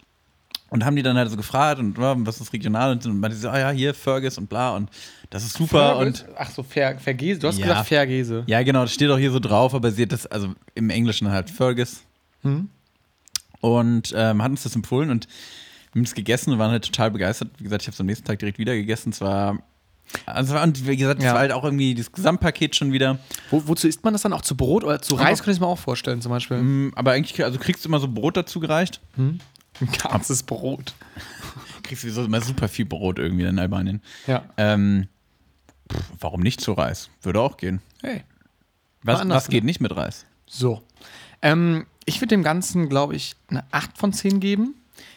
Und haben die dann halt so gefragt und ja, was ist regional und, so, und meinte so, ah ja, hier Fergus und bla und das ist super und
Ach so, Ver, Vergese. Du hast
Ja.
gesagt Vergese.
ja, genau, das steht auch hier so drauf, aber sie hat das, also im Englischen halt Fergus. Und ähm, hat uns das empfohlen und wir haben es gegessen und waren halt total begeistert. Wie gesagt, ich habe es am nächsten Tag direkt wieder gegessen. Es war, also, es war- und wie gesagt, es
Ja.
war halt auch irgendwie das Gesamtpaket schon wieder.
Wo, wozu isst man das dann? Auch zu Brot oder zu Reis
Einfach-
könnte ich mir auch vorstellen zum Beispiel.
Mm, Aber eigentlich, also kriegst du immer so Brot dazu gereicht.
Ein ganzes Brot.
kriegst du sowieso immer super viel Brot irgendwie in Albanien.
Ja.
Ähm, pff, warum nicht zu Reis? Würde auch gehen.
Hey.
Was,
anders ne?
was geht nicht mit Reis?
So. Ähm, ich würde dem Ganzen, glaube ich, eine 8 von 10 geben.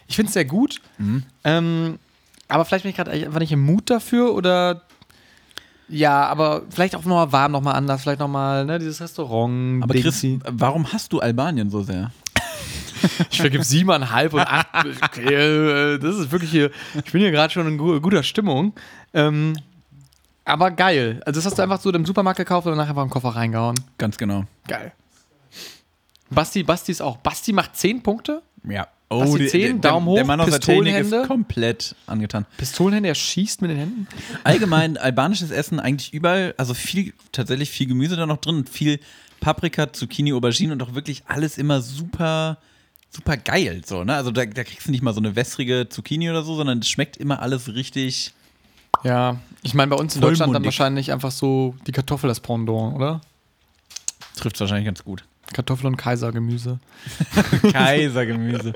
Ich finde es sehr gut.
Mhm.
Ähm, aber vielleicht bin ich gerade einfach nicht im Mut dafür oder. Ja, aber vielleicht auch nochmal warm, nochmal anders, vielleicht nochmal ne, dieses Restaurant.
Aber Chris,
Dingsi.
warum hast du Albanien so sehr?
ich vergib siebeneinhalb und acht. Äh, Das ist wirklich hier, ich bin hier gerade schon in gu- guter Stimmung. Ähm, aber geil. Also, das hast du einfach so im Supermarkt gekauft und danach einfach im Koffer reingehauen.
Ganz genau.
Geil. Basti, Basti ist auch. Basti macht 10 Punkte.
Ja. Oh,
Hast die
der-
Zehen?
der-
Daumen hoch,
Der Mann aus der Technik ist
Pistolenhände?
komplett angetan.
Pistolenhändler, er schießt mit den Händen.
Allgemein albanisches Essen eigentlich überall, also viel, tatsächlich viel Gemüse da noch drin, und viel Paprika, Zucchini, Aubergine und auch wirklich alles immer super, super geil. So, ne? Also da, da kriegst du nicht mal so eine wässrige Zucchini oder so, sondern es schmeckt immer alles richtig.
Ja, ich meine, bei uns in
Vollmundig.
Deutschland dann wahrscheinlich einfach so die Kartoffel das Pendant, oder?
Trifft wahrscheinlich ganz gut.
Kartoffeln und Kaisergemüse.
Kaisergemüse.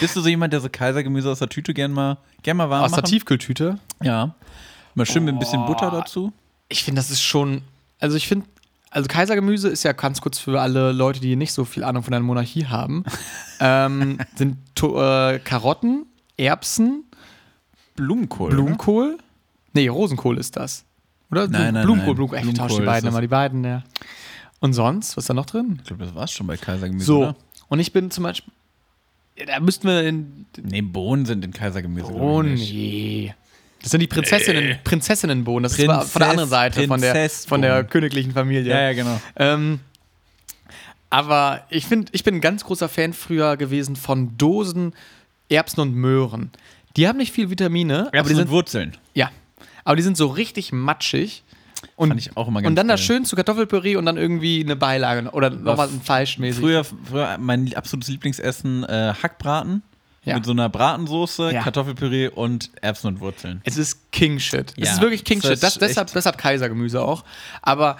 Bist du so jemand, der so Kaisergemüse aus der Tüte gern mal, gern mal warm
Aus der
machen?
Tiefkühltüte.
Ja. Mal schön mit ein bisschen Butter dazu.
Ich finde, das ist schon. Also ich finde, also Kaisergemüse ist ja ganz kurz für alle Leute, die nicht so viel Ahnung von einer Monarchie haben, ähm, sind to äh, Karotten, Erbsen,
Blumenkohl. ne?
Blumenkohl. Nee, Rosenkohl ist das. Oder?
Nein,
Blum-
nein,
Blumenkohl,
nein.
Blumenkohl. Ey, Ich tausche
Blumenkohl
die beiden
ist das.
immer, die beiden, ja. Und sonst, was ist da noch drin?
Ich glaube, das war's schon bei Kaisergemüse.
So.
Oder?
Und ich bin zum Beispiel. Ja, Da müssten wir in.
Nee, Bohnen sind in Kaisergemüse. glaub ich,
Oh
nicht.
nee. Das sind die Prinzessinnen, Prinzessinnenbohnen. Das ist zwar von der anderen
Prinzess-
Seite, von der, von der
Prinzessbohnen.
königlichen Familie.
Ja, ja, genau.
Ähm, aber ich finde, ich bin ein ganz großer Fan früher gewesen von Dosen Erbsen und Möhren. Die haben nicht viel Vitamine, aber die
Erbsen und
sind
Wurzeln.
ja, aber die sind so richtig matschig. Und,
Fand ich auch immer ganz
und dann das
geil.
schön zu Kartoffelpüree und dann irgendwie eine Beilage oder nochmal ein Fleisch mäßig.
Früher, früher mein absolutes Lieblingsessen, äh, Hackbraten.
Ja.
Mit so einer Bratensoße,
Ja.
Kartoffelpüree und Erbsen und Wurzeln.
Es ist King Shit. Es
Ja,
ist wirklich King
das
Shit. Das,
ist
deshalb,
echt-
deshalb Kaisergemüse auch. Aber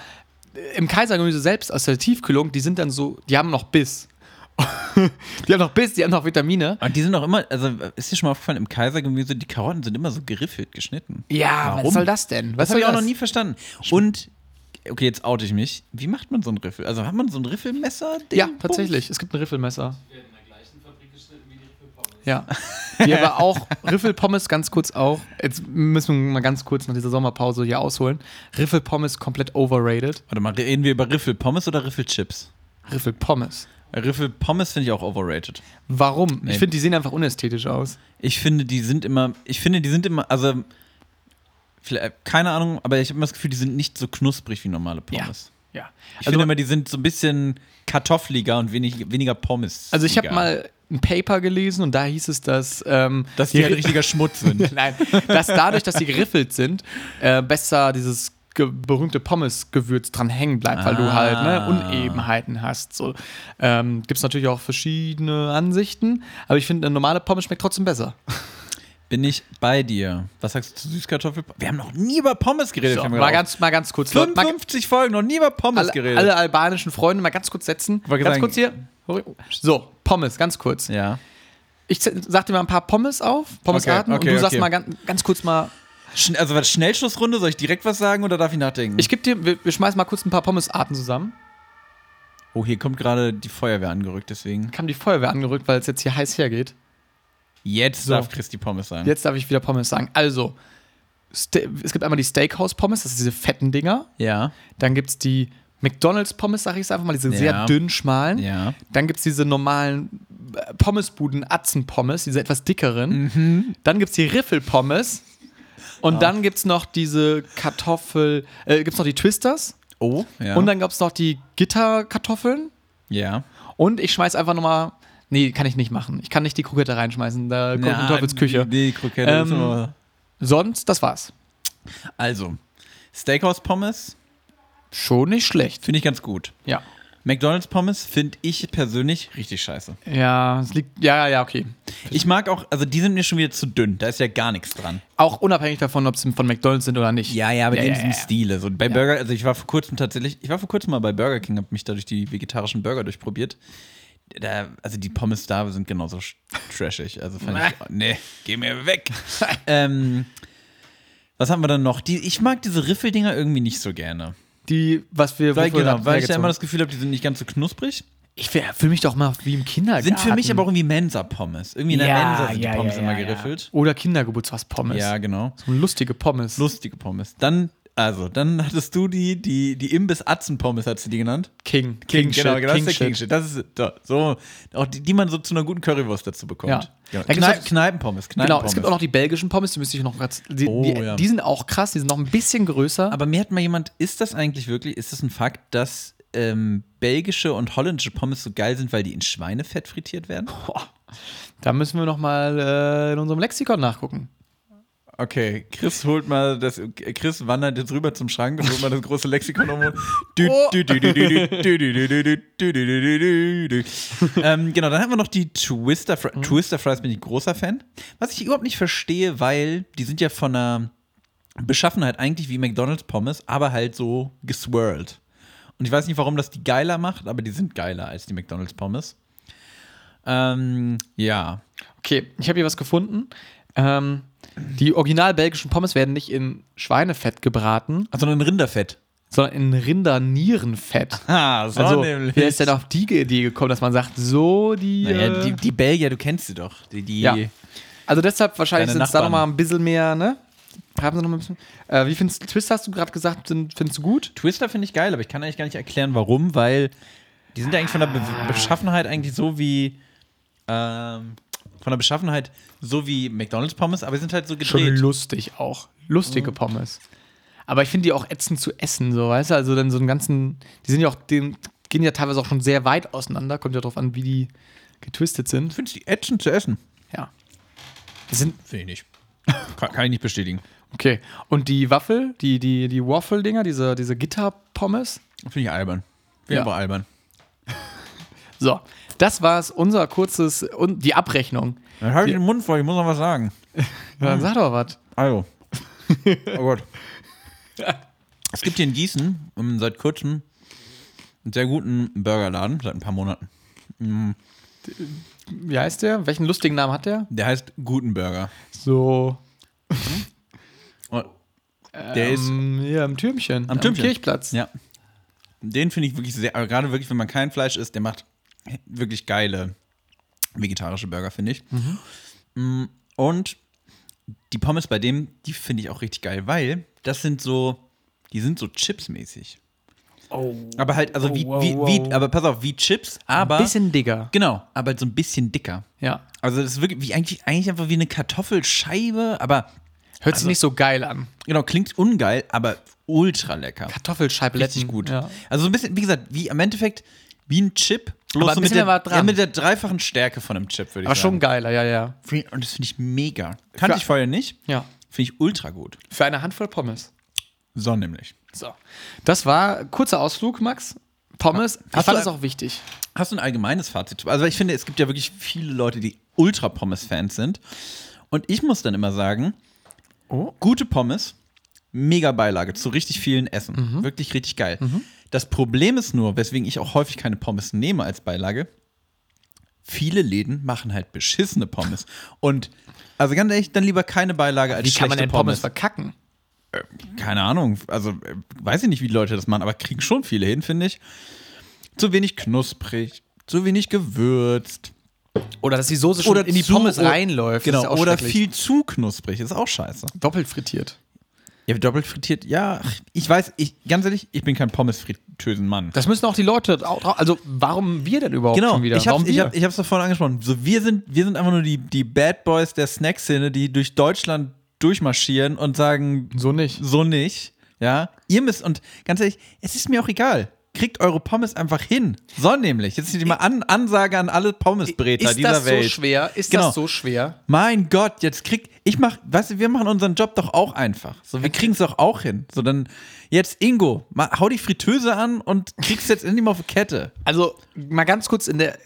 äh, im Kaisergemüse selbst aus der Tiefkühlung, die sind dann so, die haben noch Biss. die haben noch Biss, die haben noch Vitamine.
Und die sind auch immer, also ist dir schon mal aufgefallen, im Kaisergemüse, die Karotten sind immer so geriffelt geschnitten.
Ja,
Warum?
was soll das denn?
Das
soll
habe ich auch noch nie verstanden. Und, okay, jetzt oute ich mich. Wie macht man so einen Riffel? Also hat man so ein Riffelmesser?
Ja, tatsächlich. Es gibt ein Riffelmesser. Ja, die aber auch Riffelpommes ganz kurz auch. Jetzt müssen wir mal ganz kurz nach dieser Sommerpause hier ausholen. Riffelpommes komplett overrated.
Warte mal, reden wir über Riffelpommes oder Riffelchips?
Riffelpommes.
Riffelpommes finde ich auch overrated.
Warum?
Nee.
Ich finde, die sehen einfach unästhetisch aus.
Ich finde, die sind immer, ich finde, die sind immer, also, vielleicht, äh, keine Ahnung, aber ich habe immer das Gefühl, die sind nicht so knusprig wie normale Pommes.
Ja.
Ich
Also,
finde immer, die sind so ein bisschen kartoffeliger und wenig, weniger Pommes.
also ich habe mal ein Paper gelesen und da hieß es, dass, ähm,
Dass die halt richtiger Schmutz sind.
Nein, dass dadurch, dass sie geriffelt sind, äh, besser dieses ge- berühmte Pommes-Gewürz dran hängen bleibt, weil du
Ah.
halt ne, Unebenheiten hast. So. Ähm, Gibt es natürlich auch verschiedene Ansichten, aber ich finde, eine normale Pommes schmeckt trotzdem besser.
Bin ich bei dir. Was sagst du zu Süßkartoffel? Wir haben noch nie über Pommes geredet.
So,
haben wir
mal,
gedacht.
ganz, mal ganz kurz. Leute, mal,
55 Folgen, noch nie über Pommes
alle,
geredet.
alle albanischen Freunde mal ganz kurz setzen.
Wollte
Ganz
sagen-
kurz hier. So, Pommes, ganz kurz.
ja.
Ich z- sag dir mal ein paar Pommes auf, Pommesarten,
Okay, okay,
und du sagst
okay.
mal ganz, ganz kurz mal
Schn- Also was, Schnellschussrunde, soll ich direkt was sagen oder darf ich nachdenken?
Ich gebe dir, wir, wir schmeißen mal kurz ein paar Pommesarten zusammen.
oh, hier kommt gerade die Feuerwehr angerückt, deswegen.
Kam die Feuerwehr angerückt, weil es jetzt hier heiß hergeht.
Jetzt
So.
darf Chris die Pommes sagen.
Jetzt darf ich wieder Pommes sagen. Also, Ste es gibt einmal die Steakhouse-Pommes, das sind diese fetten Dinger.
Ja.
Dann gibt es die McDonalds-Pommes, sag ich es einfach mal, diese
Ja.
sehr dünn schmalen.
Ja.
Dann gibt es diese normalen äh, Pommesbuden, Atzen-Pommes, diese etwas dickeren. Dann gibt es die Riffel-Pommes. Und dann gibt es noch diese Kartoffel, äh, gibt es noch die Twisters.
Oh. Ja.
Und dann gab es noch die Gitterkartoffeln.
ja.
Und ich schmeiß einfach nochmal. Nee, kann ich nicht machen. Ich kann nicht die Krokette reinschmeißen. Da kommt
Na,
eine Teufelsküche.
Die, die Krokette
Ähm,
ist aber-
Sonst, das war's.
Also, Steakhouse-Pommes
Schon nicht schlecht.
finde ich ganz gut.
Ja.
McDonalds-Pommes finde ich persönlich richtig scheiße.
Ja, es liegt. Ja, ja, ja, okay.
Ich mag auch, also die sind mir schon wieder zu dünn, da ist ja gar nichts dran.
Auch unabhängig davon, ob sie von McDonalds sind oder nicht.
Ja, ja, aber dem
ja,
sind
ja.
Stile. So, bei Burger, also ich war vor kurzem tatsächlich, ich war vor kurzem mal bei Burger King, habe mich dadurch die vegetarischen Burger durchprobiert. Da, also die Pommes da sind genauso sch- trashig. Also fand ich, nee, geh mir weg. ähm, was haben wir dann noch? Die, ich mag diese Riffeldinger irgendwie nicht so gerne.
Die, was wir.
Weil,
wofür wir
genau, weil
hatten,
ich ja
hergezogen.
immer das Gefühl habe, die sind nicht ganz so knusprig.
Ich fühle mich doch mal wie im Kindergarten.
Sind für mich aber auch irgendwie Mensa-Pommes. Irgendwie in der
Ja,
Mensa sind
ja,
die Pommes
ja,
immer
ja, ja.
geriffelt.
Oder Kindergeburtstagspommes.
Ja, genau.
So lustige Pommes.
Lustige Pommes. Dann, also, dann hattest du die, die, die Imbiss-Atzen-Pommes, hast du die genannt?
King.
King, genau, genau,
King
das ist der King
Shit.
Shit. Das ist da, so, auch die, die man so zu einer guten Currywurst dazu bekommt.
Ja.
Genau.
Da gibt's
Kneipen,
auch-
Kneipenpommes, Kneipenpommes.
Genau, es gibt auch noch die belgischen Pommes, die müsste ich noch ganz. Die,
Oh,
die,
ja.
die sind auch krass, die sind noch ein bisschen größer.
Aber mir hat mal jemand, ist das eigentlich wirklich, ist das ein Fakt, dass ähm, belgische und holländische Pommes so geil sind, weil die in Schweinefett frittiert werden?
Boah. Da müssen wir nochmal äh, in unserem Lexikon nachgucken.
Okay, Chris holt mal das, Chris wandert jetzt rüber zum Schrank und holt mal das große Lexikon um.
Oh.
ähm, genau, dann haben wir noch die Twister Fries.
Mhm.
Twister Fries bin ich großer Fan. Was ich überhaupt nicht verstehe, weil die sind ja von einer Beschaffenheit eigentlich wie McDonalds Pommes, aber halt so geswirled. Und ich weiß nicht, warum das die geiler macht, aber die sind geiler als die McDonald's Pommes. Ähm, ja.
Okay, ich habe hier was gefunden. Ähm, die original belgischen Pommes werden nicht in Schweinefett gebraten,
Also ein Rinderfett.
sondern in Rindernierenfett.
Ah, so
Also, wer ist denn auf die Idee gekommen, dass man sagt, so die.
Naja,
äh,
die, die Belgier, du kennst sie doch. Die, die
ja. Also deshalb wahrscheinlich
Deine
sind es da
Nachbarn.
nochmal ein bisschen mehr, ne? Haben sie noch mal ein bisschen. Äh, wie findest du Twist, hast du gerade gesagt, sind, findest du gut?
Twister finde ich geil, aber ich kann eigentlich gar nicht erklären, warum, weil die sind ja eigentlich von der Be
Ah.
Beschaffenheit eigentlich so wie. Ähm, von der Beschaffenheit so wie McDonalds Pommes, aber sie sind halt so gedreht.
lustig auch. Lustige Pommes. Aber ich finde die auch ätzend zu essen, so, weißt du? Also dann so einen ganzen. Die sind ja auch, den, gehen ja teilweise auch schon sehr weit auseinander, kommt ja drauf an, wie die getwistet sind.
Findest du die ätzend zu essen?
Ja. Das sind.
Finde ich nicht. Kann, kann ich nicht bestätigen.
Okay. Und die Waffel, die, die, die Waffel-Dinger, diese, diese Gitter-Pommes,
Finde ich albern. Finde ich
Ja.
aber albern.
So, das war's, unser kurzes, un die Abrechnung.
Dann habe ich den Mund voll, ich muss noch was sagen.
Ja, dann sag doch was.
Also. Oh Gott. Es gibt hier in Gießen ähm, seit kurzem einen sehr guten Burgerladen, seit ein paar Monaten.
Wie heißt der? Welchen lustigen Namen hat der?
Der heißt Gutenburger.
So.
Und der ist
Ähm, hier am Türmchen.
Am Türmchen.
Kirchplatz.
Ja. Den finde ich wirklich sehr, aber gerade wirklich, wenn man kein Fleisch isst, der macht wirklich geile vegetarische Burger, finde ich.
Mhm.
Mm, Und die Pommes bei dem, die finde ich auch richtig geil, weil das sind so, die sind so Chips-mäßig. Aber halt, also
Oh,
wie,
wow,
wie,
wow.
wie, aber pass auf, wie Chips, aber.
Bisschen dicker.
genau, aber so ein bisschen dicker.
Ja.
Also das ist wirklich, wie eigentlich, eigentlich einfach wie eine Kartoffelscheibe, aber
Hört sich nicht so geil an.
genau, klingt ungeil, aber ultra lecker.
Kartoffelscheibletten.
Richtig gut.
Ja.
Also so ein bisschen, wie gesagt, wie im Endeffekt wie ein Chip, bloß
Aber ein
so mit,
bisschen
der,
was dran.
Ja, mit der dreifachen Stärke von einem Chip, würde ich
Aber schon
sagen.
geiler, ja, ja.
Schon Und das finde ich mega. Kannte
Für-
ich vorher nicht.
Ja.
Finde ich ultra gut.
Für eine Handvoll Pommes.
So nämlich.
So. Das war kurzer Ausflug, Max. Pommes. Ich
Hast
fand
du-
das auch wichtig.
Hast du ein allgemeines Fazit? Also ich finde, es gibt ja wirklich viele Leute, die ultra Pommes-Fans sind. Und ich muss dann immer sagen,
Oh.
gute Pommes, mega Beilage zu richtig vielen Essen.
Mhm.
Wirklich richtig geil. Das Problem ist nur, weswegen ich auch häufig keine Pommes nehme als Beilage, viele Läden machen halt beschissene Pommes. Und also ganz ehrlich, dann lieber keine Beilage als
Wie
schlechte
kann man denn Pommes
Pommes.
verkacken?
keine Ahnung, also äh, weiß ich nicht, wie die Leute das machen, aber kriegen schon viele hin, finde ich. Zu wenig knusprig, zu wenig gewürzt.
Oder dass die Soße schon
Oder
in die
zu-
Pommes
oder-
reinläuft. Das
Genau,
ist ja auch
oder
schrecklich.
viel zu knusprig, ist auch scheiße.
doppelt frittiert.
Ja, doppelt frittiert, ja. ach, Ich weiß, ich, ganz ehrlich, ich bin kein Pommes-fritösen Mann.
Das müssen auch die Leute. auch drauf- Also, warum wir denn überhaupt
Genau,
schon wieder?
ich hab's,
warum
ich
wir?
hab, ich hab's doch vorhin angesprochen. So, wir, sind, wir sind einfach nur die, die Bad Boys der Snack-Szene, die durch Deutschland durchmarschieren und sagen,
so nicht.
so nicht. Ja, ihr müsst, und ganz ehrlich, es ist mir auch egal. Kriegt eure Pommes einfach hin. So nämlich. Jetzt ist die mal an, Ansage an alle Pommesbräter
Ist
dieser
das
Welt.
so schwer? Ist
Genau.
das so schwer?
Mein Gott, jetzt kriegt. Ich mach, weißt du, wir machen unseren Job doch auch einfach.
Äh,
So, wir kriegen's doch auch hin. So, dann jetzt Ingo, mal, hau die Fritteuse an und kriegst jetzt endlich mal auf die Kette.
Also, mal ganz kurz in der.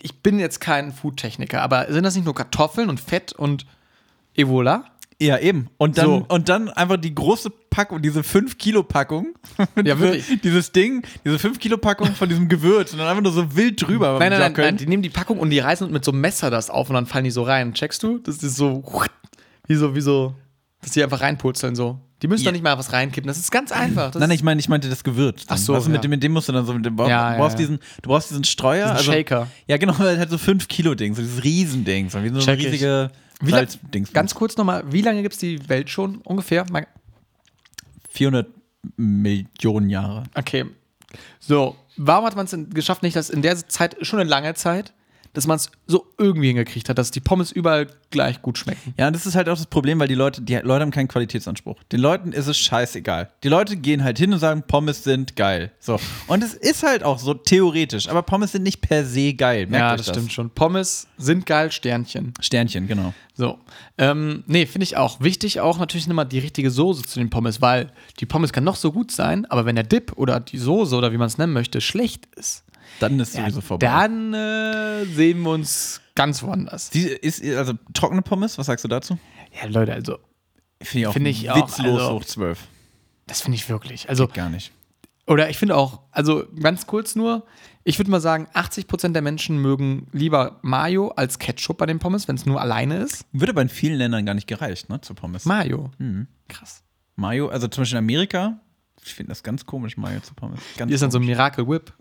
Ich bin jetzt kein Foodtechniker, aber sind das nicht nur Kartoffeln und Fett und Evola?
Ja, eben. Und dann,
So.
und dann einfach die große Packung, diese 5-Kilo-Packung.
Ja, wirklich.
Dieses Ding, diese 5-Kilo-Packung von diesem Gewürz und dann einfach nur so wild drüber.
Nein,
beim
nein, nein,
Jockeln.
nein. Die nehmen die Packung und die reißen mit so einem Messer das auf und dann fallen die so rein. Checkst du? Das ist so. Wie so, wie so. Dass die einfach reinpurzeln so. Die müssen
Ja.
doch nicht mal was reinkippen. Das ist ganz einfach. Das
Nein, nein, ich meine, ich meinte das Gewürz.
Ach so,
Also
ja.
mit, dem, mit dem musst du dann so, mit dem, du
Ja, ja,
brauchst
ja.
diesen, du brauchst diesen Streuer,
Diesen
also
Shaker.
ja genau, weil halt so 5 Kilo Ding, so dieses Riesending, so wie so ein
Check ich.
riesige
Wie lang-
Salzdings.
Ganz kurz nochmal, wie lange gibt es die Welt schon ungefähr? Mal-
400 Millionen Jahre.
Okay. So, warum hat man es geschafft, nicht, dass in der Zeit, schon eine lange Zeit, dass man es so irgendwie hingekriegt hat, dass die Pommes überall gleich gut schmecken?
Ja, und das ist halt auch das Problem, weil die Leute, die Leute haben keinen Qualitätsanspruch. Den Leuten ist es scheißegal. Die Leute gehen halt hin und sagen, Pommes sind geil. So. Und es ist halt auch so theoretisch, aber Pommes sind nicht per se geil. Merkt euch
schon. Pommes sind geil, Sternchen.
Sternchen, genau.
So. Ähm, nee, finde ich auch. Wichtig auch natürlich immer die richtige Soße zu den Pommes, weil die Pommes kann noch so gut sein, aber wenn der Dip oder die Soße oder wie man es nennen möchte, schlecht ist,
Dann ist
Also
sowieso vorbei.
dann äh, sehen wir uns ganz woanders.
Die ist, also trockene Pommes, was sagst du dazu?
Ja, Leute, also,
Finde ich auch
Finde ich auch,
witzlos
also-
hoch 12.
das finde ich wirklich. Also,
Gar nicht.
Oder ich finde auch, also ganz kurz nur, ich würde mal sagen, 80% der Menschen mögen lieber Mayo als Ketchup bei den Pommes, wenn es nur alleine ist.
Wird aber in vielen Ländern gar nicht gereicht, ne, zu Pommes.
Mayo.
Mhm.
Krass.
Mayo, also zum Beispiel in Amerika, ich finde das ganz komisch, Mayo zu Pommes. Ganz
Hier ist dann so ein Miracle Whip.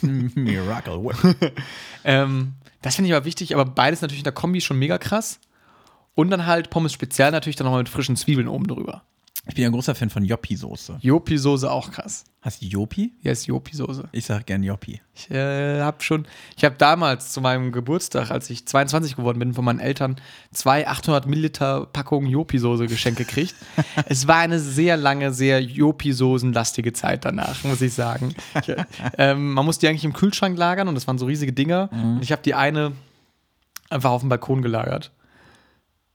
komisch. Miracle Whip.
Ähm, das finde ich aber wichtig, aber beides natürlich in der Kombi schon mega krass. Und dann halt Pommes Spezial natürlich dann nochmal mit frischen Zwiebeln oben drüber.
Ich bin ja ein großer Fan von Joppi-Soße.
Jopi-Soße auch krass.
Hast du Joppi?
Hier ist Jopi-Soße.
Ich sag gern Joppi.
Ich äh, habe schon, ich habe damals zu meinem Geburtstag, als ich 22 geworden bin, von meinen Eltern zwei 800 Milliliter Packungen Jopi-Soße geschenkt gekriegt. es war eine sehr lange, sehr Jopi-Soßen-lastige Zeit danach, muss ich sagen. Ich, äh, ähm, man musste die eigentlich im Kühlschrank lagern und das waren so riesige Dinger. Und ich habe die eine einfach auf dem Balkon gelagert.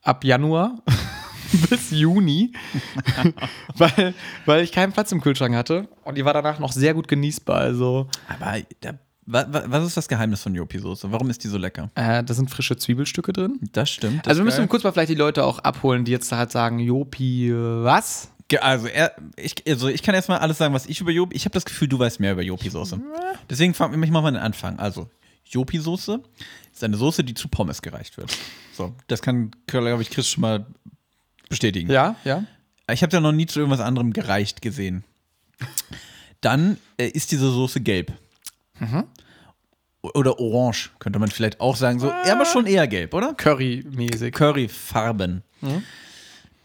Ab Januar bis Juni, weil, weil ich keinen Platz im Kühlschrank hatte. Und die war danach noch sehr gut genießbar. Also
Aber da, wa, wa, was ist das Geheimnis von Joppi-Soße? Warum ist die so lecker?
Äh, da sind frische Zwiebelstücke drin.
Das stimmt. das
also wir
ist
müssen
geil.
kurz mal vielleicht die Leute auch abholen, die jetzt halt sagen, Jopi, äh, was?
Ge- Also, er, ich, also ich kann erstmal alles sagen, was ich über Jopi. Ich habe das Gefühl, du weißt mehr über Jopi-Soße. Deswegen fang, ich mach mal den Anfang. Also, Jopi-Soße ist eine Soße, die zu Pommes gereicht wird. So, das kann, glaube ich, Chris schon mal bestätigen.
Ja, ja.
Ich habe da noch nie zu irgendwas anderem gereicht gesehen. Dann äh, ist diese Soße gelb. O- Oder orange, könnte man vielleicht auch sagen. So, ja, aber schon eher gelb, oder?
Curry-mäßig.
Curryfarben.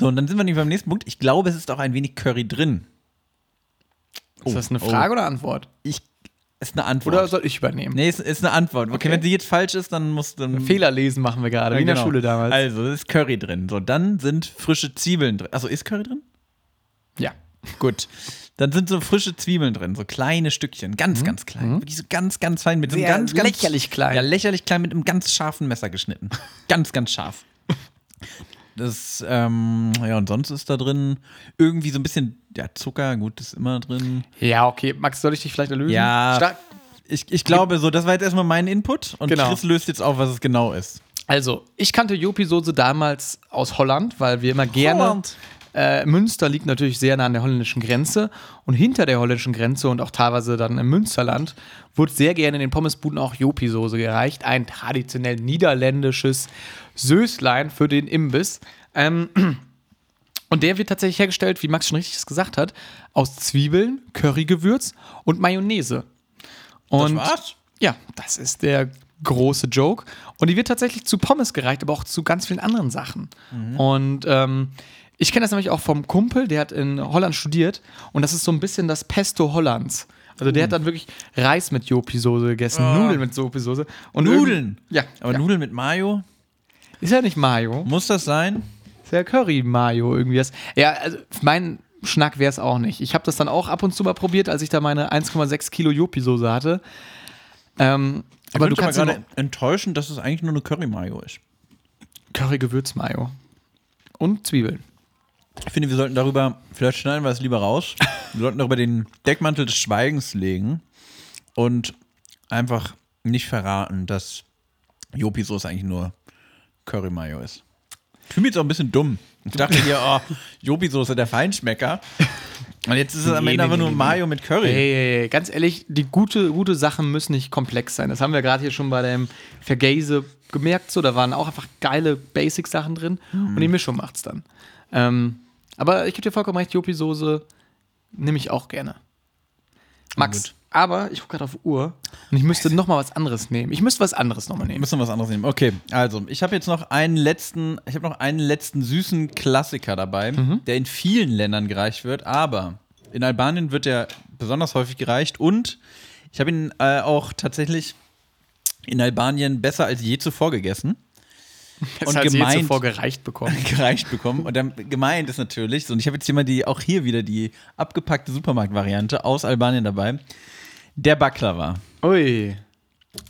So, und dann sind wir nämlich beim nächsten Punkt. Ich glaube, es ist auch ein wenig Curry drin.
ist das eine
Oh,
Frage oder Antwort?
Ich, ist eine Antwort.
Oder soll ich übernehmen?
nee, ist, ist eine Antwort. Okay, wenn die jetzt falsch ist, dann muss dann.
Fehler lesen machen wir gerade,
Ja,
wie in der
genau.
Schule damals.
Also, es ist Curry drin. So, dann sind frische Zwiebeln drin. Also, ist Curry drin?
ja.
Gut. Dann sind so frische Zwiebeln drin, so kleine Stückchen, ganz, ganz klein. Wirklich so ganz, ganz fein mit so einem
Mhm. Sehr
ganz, ganz.
lächerlich klein.
Ja, lächerlich klein mit einem ganz scharfen Messer geschnitten. ganz, ganz scharf. Das, ähm, ja, und sonst ist da drin irgendwie so ein bisschen, ja, Zucker, gut, ist immer drin.
Ja, okay. Max, soll ich dich vielleicht erlösen?
Ja.
Stark.
Ich, ich glaube, so, das war jetzt erstmal mein Input und
Genau.
Chris löst jetzt auf, was es genau ist.
Also, ich kannte Jopi-Soße damals aus Holland, weil wir immer gerne.
Holland.
Äh, Münster liegt natürlich sehr nah an der holländischen Grenze. Und hinter der holländischen Grenze und auch teilweise dann im Münsterland wird sehr gerne in den Pommesbuden auch Jopi-Soße gereicht. Ein traditionell niederländisches Söslein für den Imbiss. Ähm, und der wird tatsächlich hergestellt, wie Max schon richtig gesagt hat, aus Zwiebeln, Currygewürz und Mayonnaise. Und
war's?
ja, das ist der große Joke. Und die wird tatsächlich zu Pommes gereicht, aber auch zu ganz vielen anderen Sachen.
Mhm.
Und ähm, ich kenne das nämlich auch vom Kumpel, der hat in Holland studiert und das ist so ein bisschen das Pesto Hollands. Also
Uh.
der hat dann wirklich Reis mit Jopi-Soße gegessen, Nudeln mit Jopi-Soße. und
Ah. Nudeln?
irgend- Ja,
Aber
ja.
Nudeln mit Mayo,
ist ja nicht Mayo.
muss das sein?
Ist ja Curry-Mayo irgendwie. Das. Ja, also mein Schnack wäre es auch nicht. Ich habe das dann auch ab und zu mal probiert, als ich da meine 1,6 Kilo Jopi-Soße hatte. Ähm, aber du
Könnte man
kannst ja noch-
gerade enttäuschen, dass es eigentlich nur eine Curry-Mayo ist.
Curry-Gewürz-Mayo. Und Zwiebeln.
Ich finde, wir sollten darüber, vielleicht schneiden wir es lieber raus, wir sollten darüber den Deckmantel des Schweigens legen und einfach nicht verraten, dass Jopi-Soße eigentlich nur Curry-Mayo ist. Ich fühle mich jetzt auch ein bisschen dumm. Ich dachte hier, oh, Jopi-Soße, der Feinschmecker. Und jetzt ist es am
Nee,
Ende
nee,
aber
nee,
nur
nee,
Mayo mit Curry.
Hey, hey, hey, ganz ehrlich, die gute, gute Sachen müssen nicht komplex sein. Das haben wir gerade hier schon bei dem Vergaze gemerkt. So, da waren auch einfach geile Basic-Sachen drin. Und die Mischung macht's dann. Ähm, aber ich gebe dir vollkommen recht, Jopi-Soße nehme ich auch gerne. Max,
Gut.
aber ich gucke gerade auf die Uhr und ich müsste noch mal was anderes nehmen. Ich müsste was anderes noch mal
Wir
nehmen.
müssen was anderes nehmen. Okay, also ich habe jetzt noch einen letzten, ich habe noch einen letzten süßen Klassiker dabei, der in vielen Ländern gereicht wird, aber in Albanien wird der besonders häufig gereicht und ich habe ihn äh, auch tatsächlich in Albanien besser als je zuvor gegessen
Das hat sie jetzt zuvor gereicht bekommen.
gereicht bekommen. Und dann gemeint ist natürlich, so, und ich habe jetzt hier mal die, auch hier wieder die abgepackte Supermarktvariante aus Albanien dabei, der Baklava.
Ui.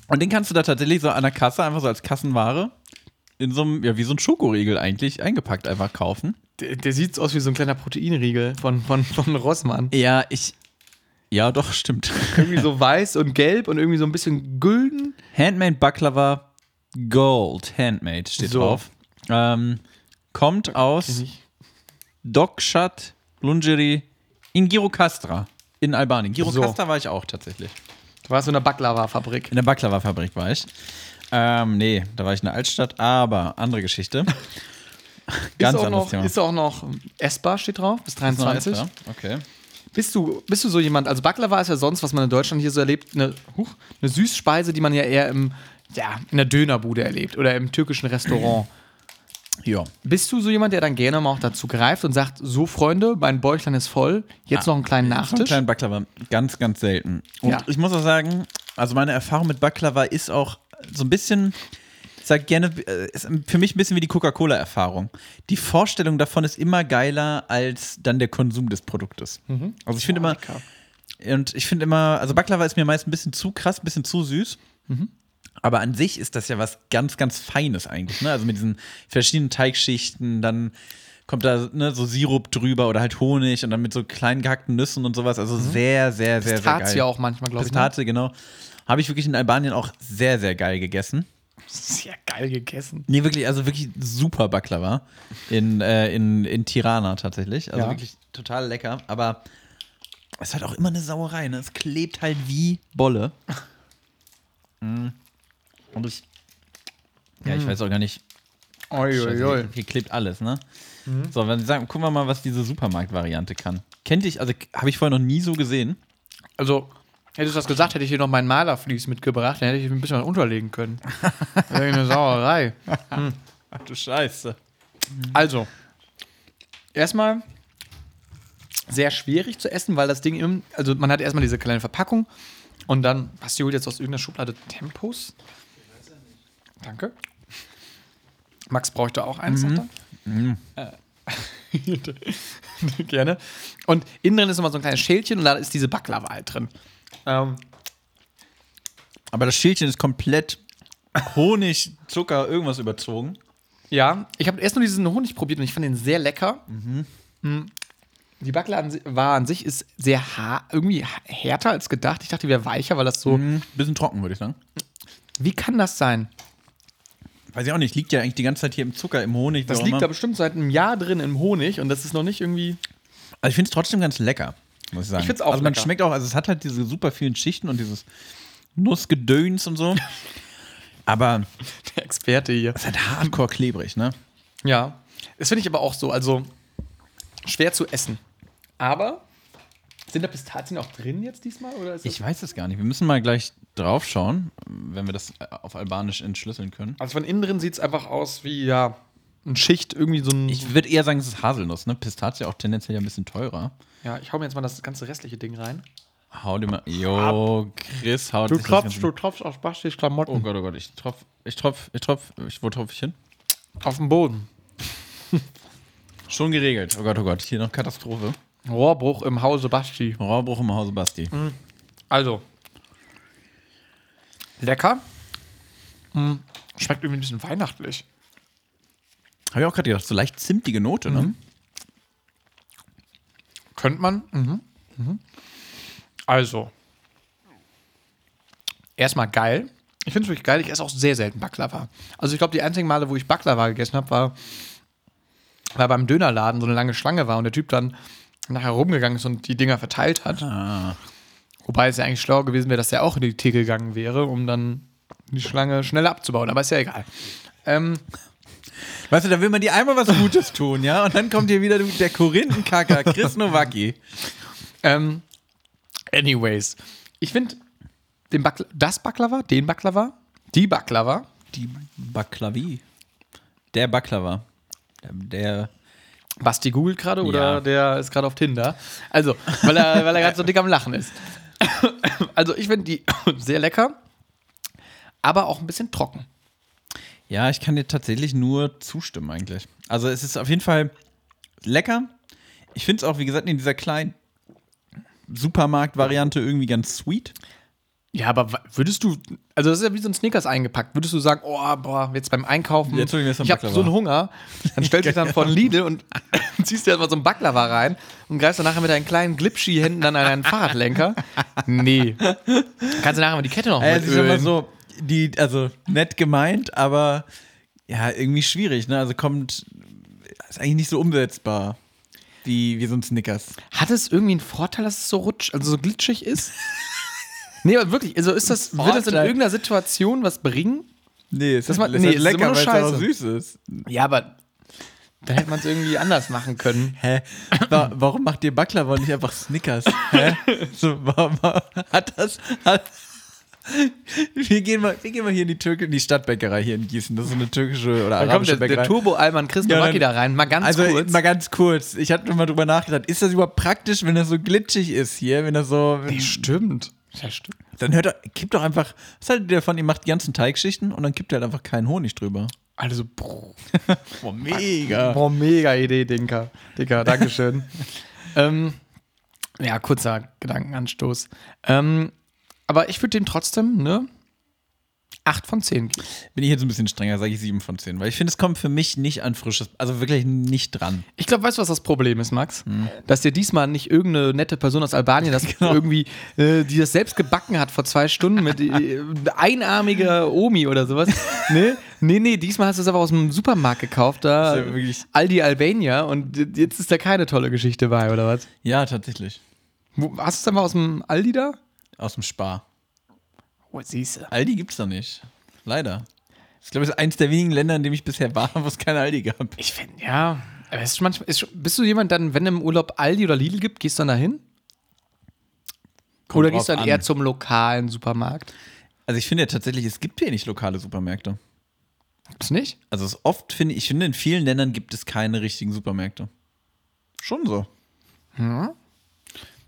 Und den kannst du da tatsächlich so an der Kasse, einfach so als Kassenware, in so einem, ja, wie so ein Schokoriegel eigentlich, eingepackt einfach kaufen.
Der, der sieht aus wie so ein kleiner Proteinriegel von, von, von Rossmann.
Ja, ich. Ja, doch, stimmt.
Irgendwie so weiß und gelb und irgendwie so ein bisschen gülden.
Handmade Baklava Gold, Handmade steht
So.
drauf. Ähm, kommt aus Dokshat Lungeri in Girokastra. in Albanien. Girocasta
So.
war ich auch tatsächlich.
Du warst in der Baklava-Fabrik.
In der Baklava-Fabrik war ich. Ähm, nee, da war ich in der Altstadt, aber andere Geschichte. Ganz
ist auch
anderes
noch,
Thema.
Ist auch noch essbar, steht drauf, bis 23.
Ja, Okay.
Bist du, bist du so jemand, also Baklava ist ja sonst, was man in Deutschland hier so erlebt, eine, huch, eine Süßspeise, die man ja eher im, ja, in der Dönerbude erlebt oder im türkischen Restaurant.
Ja.
Bist du so jemand, der dann gerne mal auch dazu greift und sagt, so Freunde, mein Bäuchlein ist voll, jetzt noch einen kleinen
Ah. Einen
Nachtisch?
kleinen Baklava, ganz, ganz selten. Und
Ja.
ich muss auch sagen, also meine Erfahrung mit Baklava ist auch so ein bisschen, ich sag gerne, äh, ist für mich ein bisschen wie die Coca-Cola-Erfahrung. Die Vorstellung davon ist immer geiler als dann der Konsum des Produktes.
Mhm.
Also ich finde immer,
lecker.
und ich finde immer, also Baklava ist mir meist ein bisschen zu krass, ein bisschen zu süß.
Mhm.
Aber an sich ist das ja was ganz, ganz Feines eigentlich. Ne? Also mit diesen verschiedenen Teigschichten, dann kommt da ne, so Sirup drüber oder halt Honig und dann mit so kleinen gehackten Nüssen und sowas. Also sehr, sehr, sehr, sehr
Mhm. Pistazie
geil.
auch manchmal, glaube ich. Ne?
Pistazie, genau. Habe ich wirklich in Albanien auch sehr, sehr geil gegessen.
Sehr geil gegessen.
Nee, wirklich, also wirklich super Baklava in, äh, in, in Tirana tatsächlich. Also
Ja.
wirklich total lecker, aber es ist halt auch immer eine Sauerei, ne? Es klebt halt wie Bolle. Mm. Und ich. Ja, ich weiß auch gar nicht.
Uiuiui.
Scheiße, Hier klebt alles, ne? So, wenn Sie sagen, gucken wir mal, was diese Supermarkt-Variante kann. Kennt ich, also habe ich vorher noch nie so gesehen.
Also, hättest du das gesagt, hätte ich hier noch meinen Malerflies mitgebracht, dann hätte ich mich ein bisschen was unterlegen können. Das wäre eine Sauerei.
Ach du Scheiße.
Also, erstmal sehr schwierig zu essen, weil das Ding, im, also man hat erstmal diese kleine Verpackung und dann, was die holt jetzt aus irgendeiner Schublade Tempos? Danke. Max bräuchte auch eins. sagt er. Äh, Gerne. Und innen drin ist nochmal so ein kleines Schälchen und da ist diese Backlava halt drin. Ähm,
Aber das Schildchen ist komplett Honig, Zucker, irgendwas überzogen.
Ja, ich habe erst nur diesen Honig probiert und ich fand den sehr lecker.
Mhm.
Mm. Die Backler an, si- war an sich ist sehr ha irgendwie h- härter als gedacht. Ich dachte, die wäre weicher, weil das so.
Mhm. Bisschen trocken, würde ich sagen.
Wie kann das sein?
Weiß ich auch nicht, liegt ja eigentlich die ganze Zeit hier im Zucker, im Honig.
Das
wie auch
liegt
immer.
da bestimmt seit einem Jahr drin im Honig und das ist noch nicht irgendwie.
Also ich finde es trotzdem ganz lecker, muss ich sagen.
Ich find's auch
Also man
lecker.
schmeckt auch, also es hat halt diese super vielen Schichten und dieses Nussgedöns und so. Aber es
Der Experte hier.
ist halt hardcore klebrig, ne?
Ja. Das finde ich aber auch so. Also schwer zu essen. Aber sind da Pistazien auch drin jetzt diesmal? Oder ist das
Ich weiß es gar nicht. Wir müssen mal gleich drauf schauen, wenn wir das äh, auf Albanisch entschlüsseln können.
also von innen drin sieht es einfach aus wie, ja, eine Schicht, irgendwie so ein.
Ich würde eher sagen, es ist Haselnuss, ne? Pistazie auch tendenziell ja ein bisschen teurer.
ja, ich hau mir jetzt mal das ganze restliche Ding rein.
Hau dir mal. Jo, Chris, hau
Du
dich das
tropfst,
Ganze-
du tropfst auf Bastis Klamotten.
Oh Gott, oh Gott, ich tropf, ich tropf, ich tropf, ich, wo tropf ich hin?
Auf dem Boden.
Schon geregelt. Oh Gott, oh Gott, hier noch Katastrophe.
Rohrbruch im Hause Basti.
Rohrbruch im Hause Basti.
Also. Lecker. Mm, Schmeckt irgendwie ein bisschen weihnachtlich.
Habe ich auch gerade gedacht, so leicht zimtige Note, ne?
Könnte man. Mhm. Mhm. Also. Erstmal geil. Ich finde es wirklich geil. Ich esse auch sehr selten Baklava. Also ich glaube, die einzigen Male, wo ich Baklava gegessen habe, war, war beim Dönerladen so eine lange Schlange war und der Typ dann nachher rumgegangen ist und die Dinger verteilt hat. Wobei es ja eigentlich schlauer gewesen wäre, dass er auch in die Theke gegangen wäre, um dann die Schlange schneller abzubauen. Aber ist ja egal. Ähm,
Weißt du, da will man dir einmal was Gutes tun, ja? Und dann kommt hier wieder der Korinthenkacker, Chris Nowacki.
Ähm, anyways, ich finde den Bakla das Baklava, den Baklava, die Baklava,
Die Baklavi. Der Baklava. Der,
Basti googelt gerade oder
Ja.
der ist gerade auf Tinder. Also, weil er, weil er gerade so dick am Lachen ist. also, ich finde die sehr lecker, aber auch ein bisschen trocken.
Ja, ich kann dir tatsächlich nur zustimmen, eigentlich. Also, es ist auf jeden Fall lecker. Ich finde es auch, wie gesagt, in dieser kleinen Supermarkt-Variante irgendwie ganz sweet.
Ja, aber wa- würdest du, also das ist ja wie so ein Snickers eingepackt, würdest du sagen, oh, boah, jetzt beim Einkaufen,
Jetzt hol ich mir so einen
ich habe
Baklava.
so einen Hunger, dann stellst du dich dann von Lidl und ziehst dir erstmal so einen Baklava rein und greifst dann nachher mit deinen kleinen Glipschi-Händen dann an deinen Fahrradlenker. Nee. Kannst du nachher Also mal die Kette noch
Äh,
mit
es ist immer
ölen.
so, die, also nett gemeint, aber ja, irgendwie schwierig, ne? Also kommt, ist eigentlich nicht so umsetzbar. Wie, wie so ein Snickers.
Hat es irgendwie einen Vorteil, dass es so rutsch, also so glitschig ist? nee, aber wirklich, also ist das, wird das in
Vorteil.
irgendeiner Situation was bringen?
Nee, es
Das
hat-
ma-
es
nee,
hat
es ist immer nur
weil's auch
scheiße.
süß ist.
Ja, aber da hätte man es irgendwie anders machen können.
Hä? Wa warum macht ihr Baklava und nicht einfach Snickers? Hä? So, wa wa hat das. Hat wir, gehen mal, wir gehen mal hier in die, Türke, in die Stadtbäckerei hier in Gießen. Das ist so eine türkische oder
Da kommt
arabische
der, der
Bäckerei.
Turbo-Alman Chris
Ja,
Nowacki da
dann-
rein, mal ganz
also
kurz.
mal ganz kurz. Ich hatte mal drüber nachgedacht. Ist das überhaupt praktisch, wenn das so glitschig ist hier? Wenn das so. Wenn,
stimmt. Ja, stimmt.
dann hört er, kippt doch einfach. Was haltet ihr davon? Ihr macht die ganzen Teigschichten und dann kippt ihr halt einfach keinen Honig drüber.
Also, boah,
Boah, mega.
boah mega Idee, Dinka. Dicker, Dankeschön. ähm, ja, kurzer Gedankenanstoß. Ähm, aber ich würde dem trotzdem, ne? 8 von 10 geben.
Bin ich jetzt ein bisschen strenger, sage ich 7 von 10, weil ich finde, es kommt für mich nicht an frisches, also wirklich nicht dran.
Ich glaube, weißt du, was das Problem ist, Max?
Hm.
Dass dir diesmal nicht irgendeine nette Person aus Albanien, das
Genau.
irgendwie, äh, die das selbst gebacken hat vor zwei Stunden mit äh, einarmiger Omi oder sowas. ne? Nee, nee, diesmal hast du es aber aus dem Supermarkt gekauft, da
Das ist ja wirklich-
Aldi Albania und jetzt ist da keine tolle Geschichte bei, oder was?
Ja, tatsächlich.
Wo- Hast du es einfach aus dem Aldi da?
Aus dem Spar.
Oh, siehste.
Aldi gibt's da nicht. Leider. Ich glaube, es ist eins der wenigen Länder, in dem ich bisher war, wo es kein Aldi gab.
Ich finde, ja. Aber es ist manchmal, ist, schon- bist du jemand dann, wenn im Urlaub Aldi oder Lidl gibt, gehst du dann dahin?
Kommt
oder gehst du
drauf
dann
an.
eher zum lokalen Supermarkt?
Also ich finde ja tatsächlich, es gibt hier nicht lokale Supermärkte.
Gibt's nicht?
Also es oft finde ich, ich finde, in vielen Ländern gibt es keine richtigen Supermärkte. Schon so.
Ja.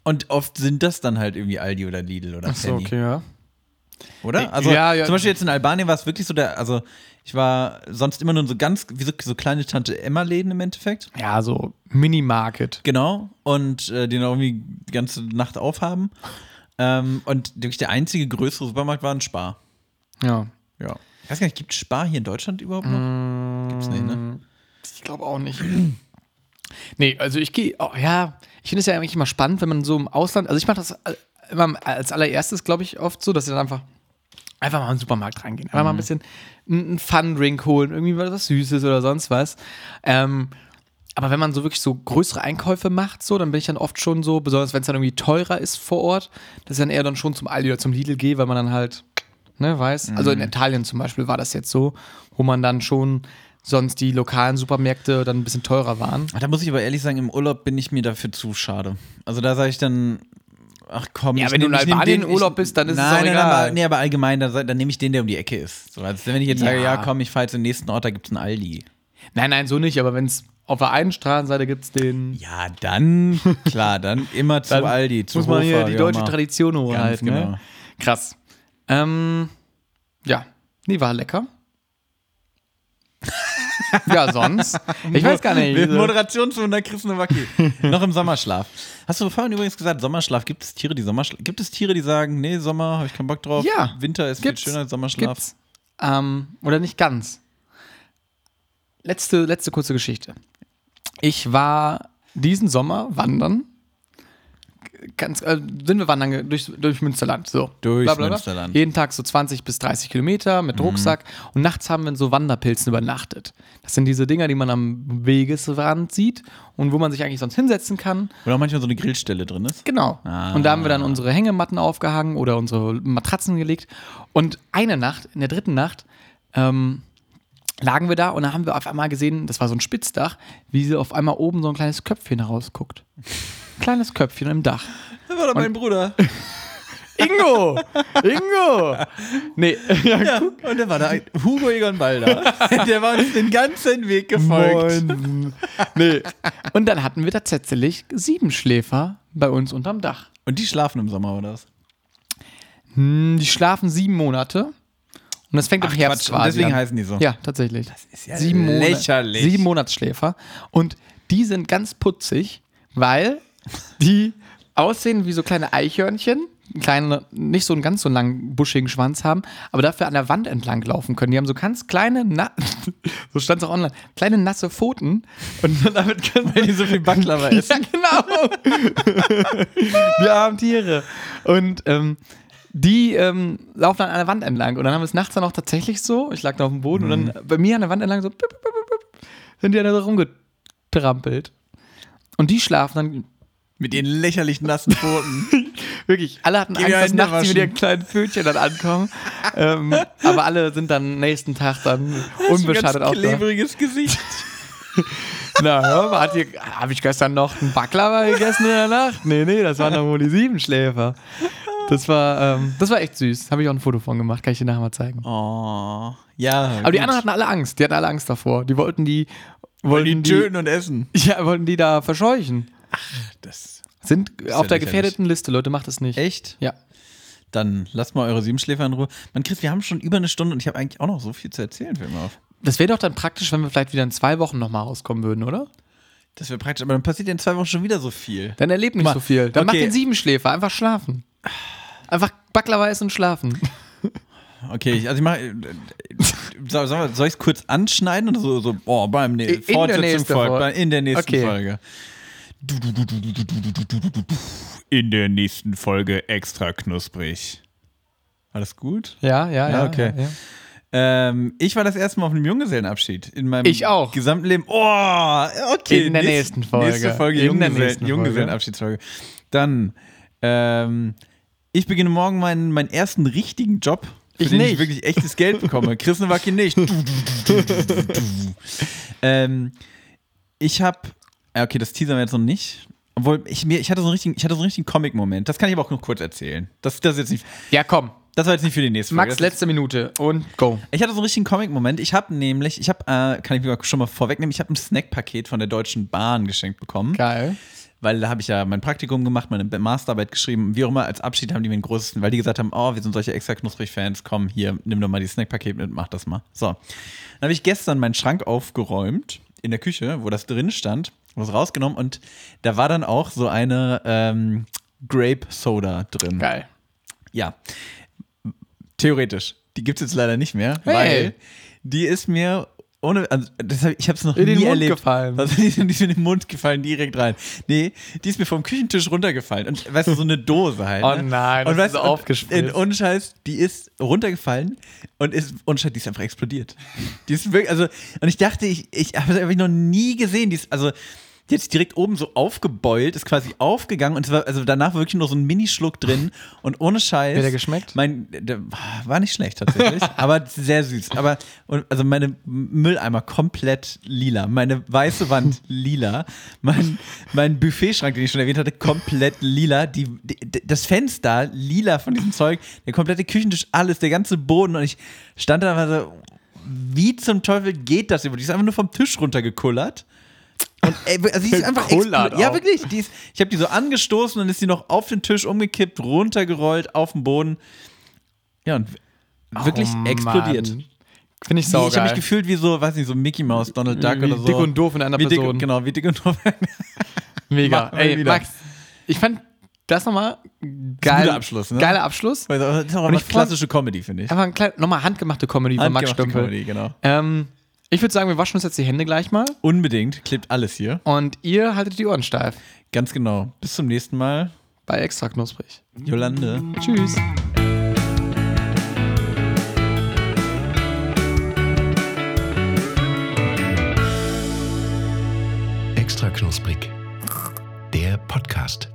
Und oft sind das dann halt irgendwie Aldi oder Lidl oder
Achso,
Penny.
okay, ja.
Oder? Also
Ja, ja.
zum Beispiel jetzt in Albanien war es wirklich so der, also ich war sonst immer nur so ganz, wie so, so kleine Tante-Emma-Läden im Endeffekt.
Ja, so Minimarket.
Genau. Und äh, den auch irgendwie die ganze Nacht aufhaben. Ähm, und wirklich der einzige größere Supermarkt war ein Spar.
Ja.
Ja. Ich weiß gar nicht, gibt Spar hier in Deutschland überhaupt noch?
Mm.
Gibt's nicht, ne?
Ich glaube auch nicht. nee, also ich gehe, oh, ja, ich finde es ja eigentlich immer spannend, wenn man so im Ausland, also ich mache das all- immer als allererstes, glaube ich, oft so, dass wir dann einfach einfach mal in den Supermarkt reingehen, einfach mal ein bisschen einen Fun-Drink holen, irgendwie was Süßes oder sonst was. Ähm, aber wenn man so wirklich so größere Einkäufe macht, so, dann bin ich dann oft schon so, besonders wenn es dann irgendwie teurer ist vor Ort, dass ich dann eher dann schon zum Aldi oder zum Lidl gehe, weil man dann halt, ne, weiß. Also in Italien zum Beispiel war das jetzt so, wo man dann schon sonst die lokalen Supermärkte dann ein bisschen teurer waren.
Ach, Ah, Da muss ich aber ehrlich sagen, im Urlaub bin ich mir dafür zu schade. Also da sage ich dann, ach komm.
Ja,
ich
wenn du
nehm-
in
ich nehm
Albanien
den-
im Urlaub bist, dann ist es
nein,
auch
nein,
egal.
Nein, aber, nee, aber allgemein, dann, sag- dann nehme ich den, der um die Ecke ist. So, also wenn ich jetzt sage,
Ja.
ja komm, ich fahre jetzt in den nächsten Ort, da gibt's einen Aldi.
Nein, nein, so nicht, aber wenn es auf der einen Straßenseite gibt es den.
Ja, dann, klar, dann immer zu
Dann
Aldi, zu
muss man hier
Hofer,
die
wie auch
deutsche
immer.
Tradition hochhalten.
Ganz
Ne?
genau.
Krass. Ähm, ja, nee, war lecker. ja, sonst. Ich weiß gar nicht.
Mit Moderation zu einer Chris Nowacki. Noch im Sommerschlaf. Hast du vorhin übrigens gesagt, Sommerschlaf, gibt es Tiere, die Sommerschlaf, gibt es Tiere, die sagen, nee, Sommer, habe ich keinen Bock drauf.
Ja.
Winter ist
Gibt's.
viel schöner als Sommerschlaf.
Gibt's. Ähm, oder nicht ganz. Letzte, letzte kurze Geschichte. Ich war diesen Sommer wandern. Ganz, äh, sind wir wandern ge- durch, durch Münsterland. So.
Durch Münsterland. Mhm.
Jeden Tag so 20 bis 30 Kilometer mit Rucksack. Und nachts haben wir in so Wanderpilzen übernachtet. Das sind diese Dinger, die man am Wegesrand sieht und wo man sich eigentlich sonst hinsetzen kann.
Oder auch manchmal so eine Grillstelle drin ist.
Genau.
Ah.
Und da haben wir dann unsere Hängematten aufgehangen oder unsere Matratzen gelegt. Und eine Nacht, in der dritten Nacht, ähm, lagen wir da und da haben wir auf einmal gesehen, das war so ein Spitzdach, wie sie auf einmal oben so ein kleines Köpfchen herausguckt. Kleines Köpfchen im Dach.
Das war doch mein Bruder.
Ingo! Ingo! Nee,
Ja, und der war da. Hugo Egon Balder. der war uns den ganzen Weg gefolgt.
Moin. Nee. Und dann hatten wir tatsächlich sieben Schläfer bei uns unterm Dach.
Und die schlafen im Sommer, oder was?
Hm, Die schlafen sieben Monate. Und das fängt
Ach,
im Herbst
Quatsch, und
quasi
deswegen
an.
heißen die so.
Ja, tatsächlich. Das
ist ja
Monat-
lächerlich.
sieben Monatsschläfer. Und die sind ganz putzig, weil die aussehen wie so kleine Eichhörnchen. Kleine, nicht so einen ganz so langen, buschigen Schwanz haben, aber dafür an der Wand entlang laufen können. Die haben so ganz kleine, na so stand es auch online, kleine nasse Pfoten und damit können
Weil die so viel Baklava
ja, genau. die armen Tiere. Und ähm, die ähm, laufen dann an der Wand entlang. Und dann haben wir es nachts dann auch tatsächlich so. Ich lag da auf dem Boden
Mhm.
und dann bei mir an der Wand entlang so pip, pip, pip, pip, sind die dann so rumgetrampelt. Und die schlafen dann
Mit ihren lächerlich nassen Pfoten.
wirklich, alle hatten
Geh
Angst,
mir
dass
Hände
nachts sie mit
waschen.
ihren kleinen Pfötchen dann ankommen. ähm, aber alle sind dann nächsten Tag dann unbeschadet
Ganz
auch da.
klebriges Gesicht.
Na, hör mal, hat hier- habe ich gestern noch einen Baklava gegessen in der Nacht? Nee, nee, das waren doch wohl die Siebenschläfer. Das war, ähm, das war echt süß. Habe ich auch ein Foto von gemacht, kann ich dir nachher mal zeigen.
Oh, ja.
Aber die
gut.
anderen hatten alle Angst. Die hatten alle Angst davor. Die wollten die,
die
wollten die,
töten und essen.
ja, wollten die da verscheuchen.
Das.
Sind auf der
lächerlich.
gefährdeten Liste, Leute, macht es nicht.
Echt?
Ja.
Dann lasst mal eure Siebenschläfer in Ruhe. Man, Chris, wir haben schon über eine Stunde und ich habe eigentlich auch noch so viel zu erzählen, fällt mir auf.
Das wäre doch dann praktisch, wenn wir vielleicht wieder in zwei Wochen nochmal rauskommen würden, oder?
Das wäre praktisch, aber dann passiert ja in zwei Wochen schon wieder so viel.
Dann erlebt nicht
Mal-
so viel. Dann macht
okay.
den Siebenschläfer, einfach schlafen. Einfach Baklava essen und schlafen.
Okay, ich, also ich mache. Soll, soll, soll ich es kurz anschneiden oder so? so oh, beim
In
ne
der
Fortsetzung
nächsten
folgt,
Folge.
bei, in der nächsten
Okay.
Folge. In der nächsten Folge extra knusprig. Alles gut?
Ja, ja, ja.
Ja, okay.
ja, ja.
Ähm, ich war das erste Mal auf einem Junggesellenabschied in meinem
Ich auch.
gesamten Leben. Oh, okay.
In der
nächst-
nächsten Folge.
Nächste Folge,
In der
Junggesell
nächsten Folge.
Junggesellenabschiedsfolge. Dann, ähm, ich beginne morgen meinen, meinen ersten richtigen Job, für
Ich
den ich
nicht.
wirklich echtes Geld bekomme. Chris Nowacki nicht. Du, du, du, du, du, du. ähm, ich habe, okay, das teasern wir jetzt noch nicht. Obwohl, ich, mir, ich hatte so einen richtigen, ich hatte so einen richtigen Comic-Moment. Das kann ich aber auch noch kurz erzählen. Das, das, ist jetzt nicht,
ja, komm.
das war jetzt nicht für die nächste Folge.
Max,
Das-
letzte Minute und go.
ich hatte so einen richtigen Comic-Moment. Ich habe nämlich, ich habe, äh, kann ich mir schon mal vorwegnehmen, ich habe ein Snackpaket von der Deutschen Bahn geschenkt bekommen,
Geil.
weil da habe ich ja mein Praktikum gemacht, meine Masterarbeit geschrieben, wie auch immer. Als Abschied haben die mir ein großes, weil die gesagt haben, oh, wir sind solche extra knusprig Fans, komm hier, nimm doch mal die Snackpaket mit, mach das mal. So, dann habe ich gestern meinen Schrank aufgeräumt in der Küche, wo das drin stand, was rausgenommen und da war dann auch so eine ähm, Grape Soda drin.
Geil.
Ja. Theoretisch. Die gibt es jetzt leider nicht mehr,
Hey.
weil die ist mir ohne. Also das hab, ich habe es noch
In
nie
den Mund
erlebt.
gefallen.
Also die ist mir in den Mund gefallen, direkt rein. Nee, die ist mir vom Küchentisch runtergefallen. Und weißt du, so eine Dose halt.
Oh
ne?
nein,
und
das
weißt,
ist
du,
aufgespritzt.
Und, in Unscheiß, die ist runtergefallen und ist Unscheiß, die ist einfach explodiert. Die ist wirklich, also, und ich dachte, ich, ich habe das einfach noch nie gesehen. Die ist, also, die hat sich direkt oben so aufgebeult, ist quasi aufgegangen und es war, also danach war wirklich nur so ein Minischluck drin und ohne Scheiß.
Wie hat der geschmeckt?
Mein, der war nicht schlecht tatsächlich, aber sehr süß. Aber, und, also meine Mülleimer komplett lila, meine weiße Wand lila, mein, mein Buffetschrank, den ich schon erwähnt hatte, komplett lila, die, die, das Fenster lila von diesem Zeug, der komplette Küchentisch, alles, der ganze Boden und ich stand da und war so, wie zum Teufel geht das über? Die ist einfach nur vom Tisch runtergekullert. Und ey, also die ist einfach
Kullert
explo- Ja,
auch.
wirklich. Die ist, ich habe die so angestoßen, dann ist die noch auf den Tisch umgekippt, runtergerollt, auf den Boden. Ja, und w- wirklich
Oh, Mann.
explodiert.
Finde ich
Wie,
saugeil.
ich habe mich gefühlt wie so, weiß nicht, so Mickey Mouse, Donald Duck
Wie
oder so.
dick und doof in einer
wie dick,
Person.
Genau, wie dick und doof.
Mega.
Machen wir
Ey,
wieder.
Max, ich fand das nochmal geil.
guter Abschluss, ne?
Geiler Abschluss.
Weil das ist auch
ich
nicht
fand-
klassische Comedy, finde ich.
Einfach ein klein, nochmal handgemachte Comedy von Max
Handgemachte
Stümpel.
Comedy, genau.
Ähm, ich würde sagen, wir waschen uns jetzt die Hände gleich mal
Unbedingt, klebt alles hier.
und ihr haltet die Ohren steif.
Ganz genau. Bis zum nächsten Mal.
Bei extra knusprig.
Jolande.
Tschüss.
Extra knusprig. Der Podcast.